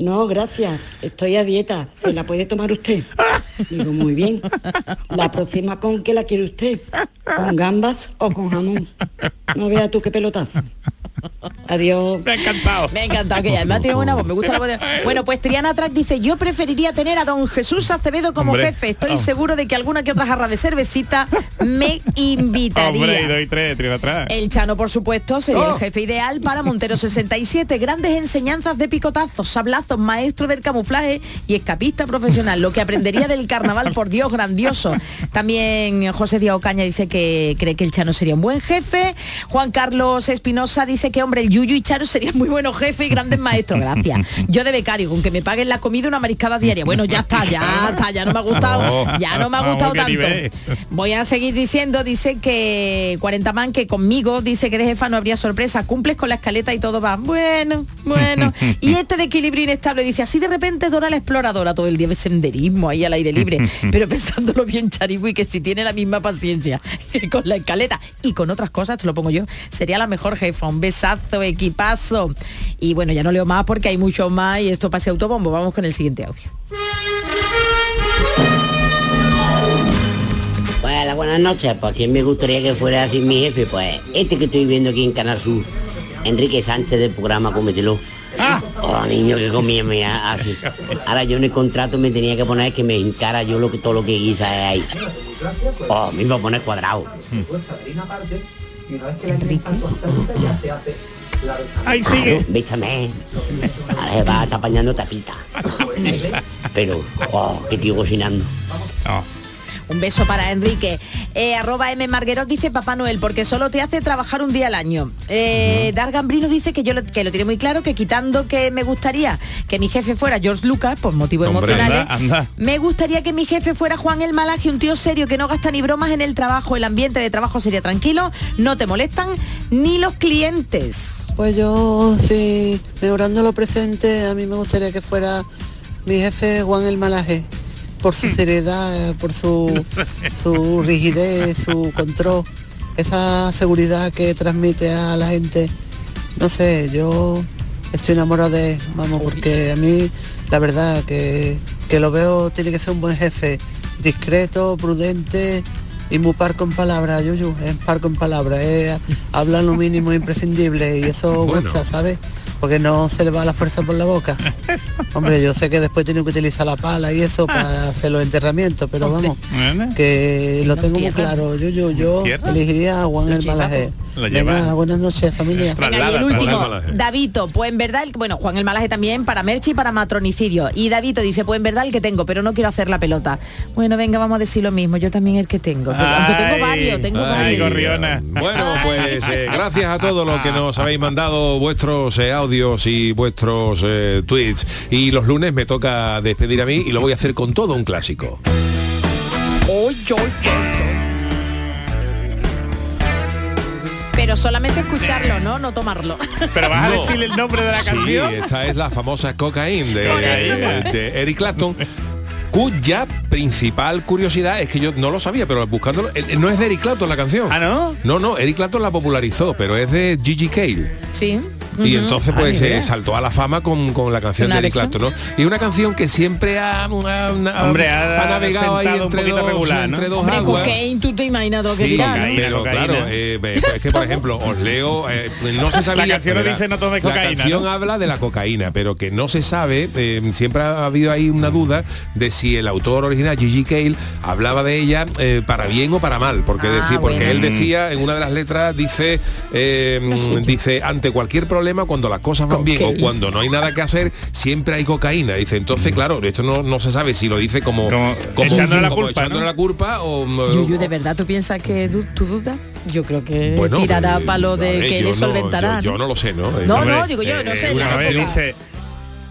Speaker 16: no, gracias, estoy a dieta, ¿se la puede tomar usted? Digo, muy bien. ¿La próxima con qué la quiere usted? ¿Con gambas o con jamón? No vea tú qué pelotazo. Adiós.
Speaker 4: Me ha encantado.
Speaker 6: Me ha encantado que ya además tiene buena voz, me gusta la voz de- Bueno, pues Triana Track dice, yo preferiría tener a don Jesús Acevedo como
Speaker 4: Hombre. Ah.
Speaker 6: jefe. Estoy
Speaker 4: Hombre.
Speaker 6: seguro de que alguna que otra jarra de cervecita me
Speaker 4: Hombre, y
Speaker 6: invitaría.
Speaker 4: doy tres, tres atrás.
Speaker 6: El Chano, por supuesto, sería
Speaker 4: Oh.
Speaker 6: el jefe ideal para Montero 67. Grandes enseñanzas de picotazos, sablazos, maestro del camuflaje y escapista profesional. Lo que aprendería del carnaval, por Dios, grandioso. También José Díaz Ocaña dice que cree que el Chano sería un buen jefe. Juan Carlos Espinosa dice que, hombre, el Yuyu y Charo serían muy buenos jefes y grandes maestros. Gracias. Yo de becario, con que me paguen la comida y una mariscada diaria. Bueno, ya está, ya está, ya no me ha gustado,
Speaker 15: No.
Speaker 6: ya no me ha
Speaker 15: Vamos,
Speaker 6: gustado
Speaker 15: qué
Speaker 6: tanto.
Speaker 15: nivel.
Speaker 6: Voy a seguir diciendo, dice que 40 man que conmigo, dice que de jefa no habría sorpresa, cumples con la escaleta y todo va, bueno, bueno. Y este de equilibrio inestable dice, así de repente Dora la exploradora todo el día de senderismo ahí al aire libre, pero pensándolo bien Charigui, que si tiene la misma paciencia que con la escaleta y con otras cosas, te lo pongo yo, sería la mejor jefa, un besazo, equipazo. Y bueno, ya no leo más porque hay mucho más y esto pase autobombo, vamos con el siguiente audio.
Speaker 17: Hola, buenas noches. Pues quién me gustaría que fuera así mi jefe, pues este que estoy viendo aquí en Canal Sur, Enrique Sánchez del programa Cómetelo.
Speaker 3: Ah,
Speaker 17: Oh, niño que comía me ha- así. Ahora yo en el contrato me tenía que poner que me encara yo lo que todo lo que guisa es ahí. Oh, me iba a poner cuadrado.
Speaker 4: Ahí
Speaker 17: sigue. Béchame. Ahora se va está apañando tapita. Pero, oh, que tío cocinando.
Speaker 3: Oh,
Speaker 6: Un beso para Enrique. Eh, arroba M Marguerot dice Papá Noel, porque solo te hace trabajar un día al año. Eh, Dar Gambrino dice que yo lo, que lo tiene muy claro, que quitando que me gustaría que mi jefe fuera George Lucas, por motivos
Speaker 4: Hombre,
Speaker 6: emocionales.
Speaker 3: ¿eh?
Speaker 4: anda, anda.
Speaker 6: Me gustaría que mi jefe fuera Juan el Malaje, un tío serio que no gasta ni bromas en el trabajo. El ambiente de trabajo sería tranquilo, no te molestan ni los clientes.
Speaker 18: Pues yo, sí, mejorando lo presente, a mí me gustaría que fuera mi jefe Juan el Malaje, por su seriedad, eh, por su, su rigidez, su control, esa seguridad que transmite a la gente. No sé, yo estoy enamorado de él, vamos, porque a mí, la verdad, que, que lo veo, tiene que ser un buen jefe, discreto, prudente, y muy parco en palabras, Yuyu, es parco en palabras, es habla lo mínimo imprescindible y eso
Speaker 19: Bueno.
Speaker 18: gusta, ¿sabes? Porque no se le va la fuerza por la boca. Hombre, yo sé que después tiene que utilizar la pala y eso para hacer los enterramientos, pero vamos,
Speaker 3: ¿Eh?
Speaker 18: que lo
Speaker 20: no
Speaker 18: tengo muy
Speaker 20: entierra.
Speaker 18: claro, Yuyu, yo
Speaker 20: entierra.
Speaker 18: elegiría a Juan
Speaker 20: Lo
Speaker 18: el
Speaker 20: lleva,
Speaker 18: Malajé.
Speaker 20: lo lleva.
Speaker 18: Eh, Venga, buenas noches, familia.
Speaker 6: Venga, y el último, Davito, pues en verdad, el- bueno, Juan el Malaje también para Merchi y para matronicidio. Y Davito dice, pues en verdad el que tengo, pero no quiero hacer la pelota. Bueno, venga, vamos a decir lo mismo, yo también el que tengo. Pero- aunque
Speaker 4: Ay,
Speaker 6: tengo varios, tengo
Speaker 4: ay,
Speaker 6: varios.
Speaker 4: gorriona.
Speaker 3: Bueno, pues eh, gracias a todos los que nos habéis mandado vuestros eh, audios y vuestros eh, tweets. Y los lunes me toca despedir a mí y lo voy a hacer con todo un clásico.
Speaker 6: Pero solamente escucharlo, ¿no? No tomarlo.
Speaker 4: Pero vas a
Speaker 3: No.
Speaker 4: decirle el nombre de la
Speaker 3: Sí,
Speaker 4: canción.
Speaker 3: esta es la famosa cocaína de,
Speaker 4: Cocaína.
Speaker 3: de- de Eric Clapton. Cuya principal curiosidad es que yo no lo sabía, pero buscándolo, eh, no es de Eric Clapton la canción. ¿Ah,
Speaker 4: no?
Speaker 3: No, no, Eric Clapton la popularizó, pero es de Gigi Cale.
Speaker 6: Sí.
Speaker 3: Y
Speaker 6: Ujú.
Speaker 3: entonces
Speaker 6: Ah,
Speaker 3: pues
Speaker 6: ni
Speaker 3: eh,
Speaker 6: idea.
Speaker 3: saltó a la fama con, con la canción
Speaker 6: Una
Speaker 3: de Eric
Speaker 6: versión.
Speaker 3: Clapton, ¿no? Y una canción que siempre ha, ha- ha-
Speaker 4: Hombre, ha-
Speaker 3: ha navegado ahí
Speaker 4: sentado un
Speaker 3: entre
Speaker 4: poquito
Speaker 3: dos,
Speaker 4: regular, ¿no?
Speaker 3: entre dos
Speaker 6: Hombre,
Speaker 3: aguas.
Speaker 6: cocaine, tú te imaginas lo que
Speaker 3: Sí,
Speaker 6: dirán, ¿no?
Speaker 3: pero
Speaker 4: cocaína.
Speaker 3: claro, eh, eh, es que por ejemplo, os leo, eh, no se sabía.
Speaker 4: La canción no
Speaker 3: ¿verdad?
Speaker 4: dice no tomes
Speaker 3: La
Speaker 4: cocaína,
Speaker 3: canción
Speaker 4: ¿no?
Speaker 3: habla de la cocaína, pero que no se sabe, eh, siempre ha habido ahí una duda de si el autor original, Gigi Cale, hablaba de ella eh, para bien o para mal,
Speaker 18: Ah,
Speaker 3: porque, decía, porque
Speaker 6: bueno.
Speaker 3: él decía, en una de las letras dice, eh, dice, ante cualquier problema problema cuando las cosas van bien o cuando no hay nada que hacer, siempre hay cocaína. Dice, entonces, claro, esto no, no se sabe si lo dice como, como,
Speaker 4: echándole la
Speaker 3: como
Speaker 4: culpa,
Speaker 3: echándole
Speaker 4: ¿no?
Speaker 3: la culpa o...
Speaker 6: Yuyu, ¿de verdad tú piensas que du- tú dudas? Yo creo que
Speaker 3: Bueno,
Speaker 6: tirará
Speaker 3: eh,
Speaker 6: palo de
Speaker 3: vale,
Speaker 6: que
Speaker 3: yo
Speaker 6: ella
Speaker 3: no-
Speaker 6: solventará.
Speaker 3: yo, yo no lo sé, ¿no? eh,
Speaker 6: No, no, digo yo, no sé, en la
Speaker 4: eh, una vez
Speaker 6: época.
Speaker 4: dice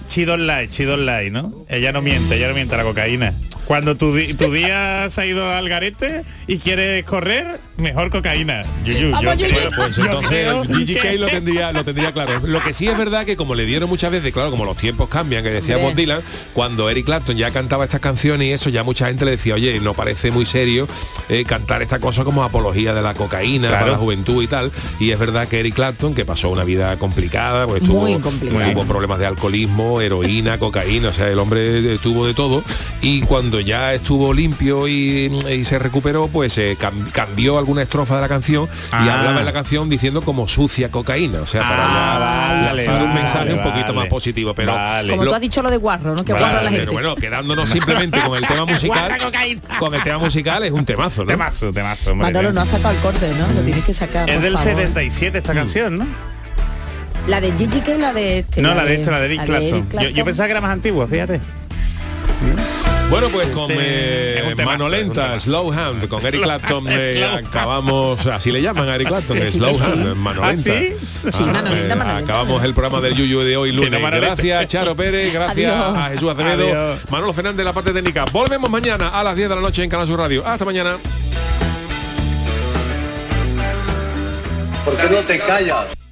Speaker 4: She don't lie, she don't lie, ¿no? Ella no miente, ella no miente la cocaína. Cuando tu, di- tu día se ha ido al garete y quieres correr, mejor cocaína. Yuyu,
Speaker 3: Vamos,
Speaker 4: yo
Speaker 3: Yuyu.
Speaker 4: creo-
Speaker 3: Bueno, pues
Speaker 4: yo
Speaker 3: entonces
Speaker 4: creo
Speaker 3: Gigi
Speaker 4: que- este
Speaker 3: Kay lo tendría, lo tendría claro. Lo que sí es verdad que como le dieron muchas veces, claro, como los tiempos cambian, que decía
Speaker 6: Eh.
Speaker 4: Hombre.
Speaker 3: Bob Dylan, cuando Eric Clapton ya cantaba estas canciones y eso, ya mucha gente le decía, oye, no parece muy serio eh, cantar esta cosa como apología de la cocaína para la juventud y tal. Y es verdad que Eric Clapton, que pasó una vida complicada, pues tuvo,
Speaker 6: Muy complicada.
Speaker 3: tuvo problemas de alcoholismo, heroína, cocaína, o sea, el hombre eh, tuvo de todo. Y cuando ya estuvo limpio y, y se recuperó, pues eh, cam- cambió alguna estrofa de la canción y
Speaker 4: Ah.
Speaker 3: hablaba en la canción diciendo como sucia cocaína, o sea, para
Speaker 4: Ah,
Speaker 3: la-
Speaker 4: vale,
Speaker 3: lanzar un
Speaker 4: vale,
Speaker 3: mensaje un poquito
Speaker 4: vale.
Speaker 3: más positivo, pero
Speaker 6: Como
Speaker 3: lo-
Speaker 6: tú has dicho lo de guarro, ¿no? Que
Speaker 3: Vale,
Speaker 6: guarro a la gente.
Speaker 3: pero bueno, quedándonos simplemente con el tema musical,
Speaker 6: Guarra cocaína.
Speaker 3: con el tema musical es un temazo, ¿no?
Speaker 4: Temazo, temazo,
Speaker 6: Manolo no ha sacado el corte, ¿no? Lo tienes que sacar.
Speaker 4: Es
Speaker 6: por
Speaker 4: del
Speaker 6: favor.
Speaker 4: 77
Speaker 3: Mm.
Speaker 4: esta canción, ¿no?
Speaker 6: La de Gigi que la de este.
Speaker 4: No, la de esta, la de Eric Clapton. Yo, yo pensaba que era más antigua, fíjate.
Speaker 3: Bueno, pues con
Speaker 4: Este-
Speaker 3: eh,
Speaker 4: es un temazo,
Speaker 3: mano
Speaker 4: es un
Speaker 3: lenta, slow hand, con Eric Clapton eh, acabamos, así le llaman a Eric Clapton, eh,
Speaker 4: Que sí,
Speaker 3: slow
Speaker 4: que sí.
Speaker 3: hand, mano
Speaker 4: ¿Ah,
Speaker 3: lenta.
Speaker 4: sí? Sí, mano
Speaker 3: eh,
Speaker 4: lenta, mano lenta.
Speaker 3: Acabamos el programa del Yuyu de hoy
Speaker 4: Sí, no,
Speaker 3: lunes.
Speaker 4: mano lenta.
Speaker 3: gracias Charo Pérez, gracias
Speaker 4: Adiós.
Speaker 3: a Jesús Acevedo,
Speaker 4: Adiós.
Speaker 3: Manolo Fernández de la parte técnica. Volvemos mañana a las 10 de la noche en Canal Sur Radio. Hasta mañana.
Speaker 7: ¿Por qué no te callas?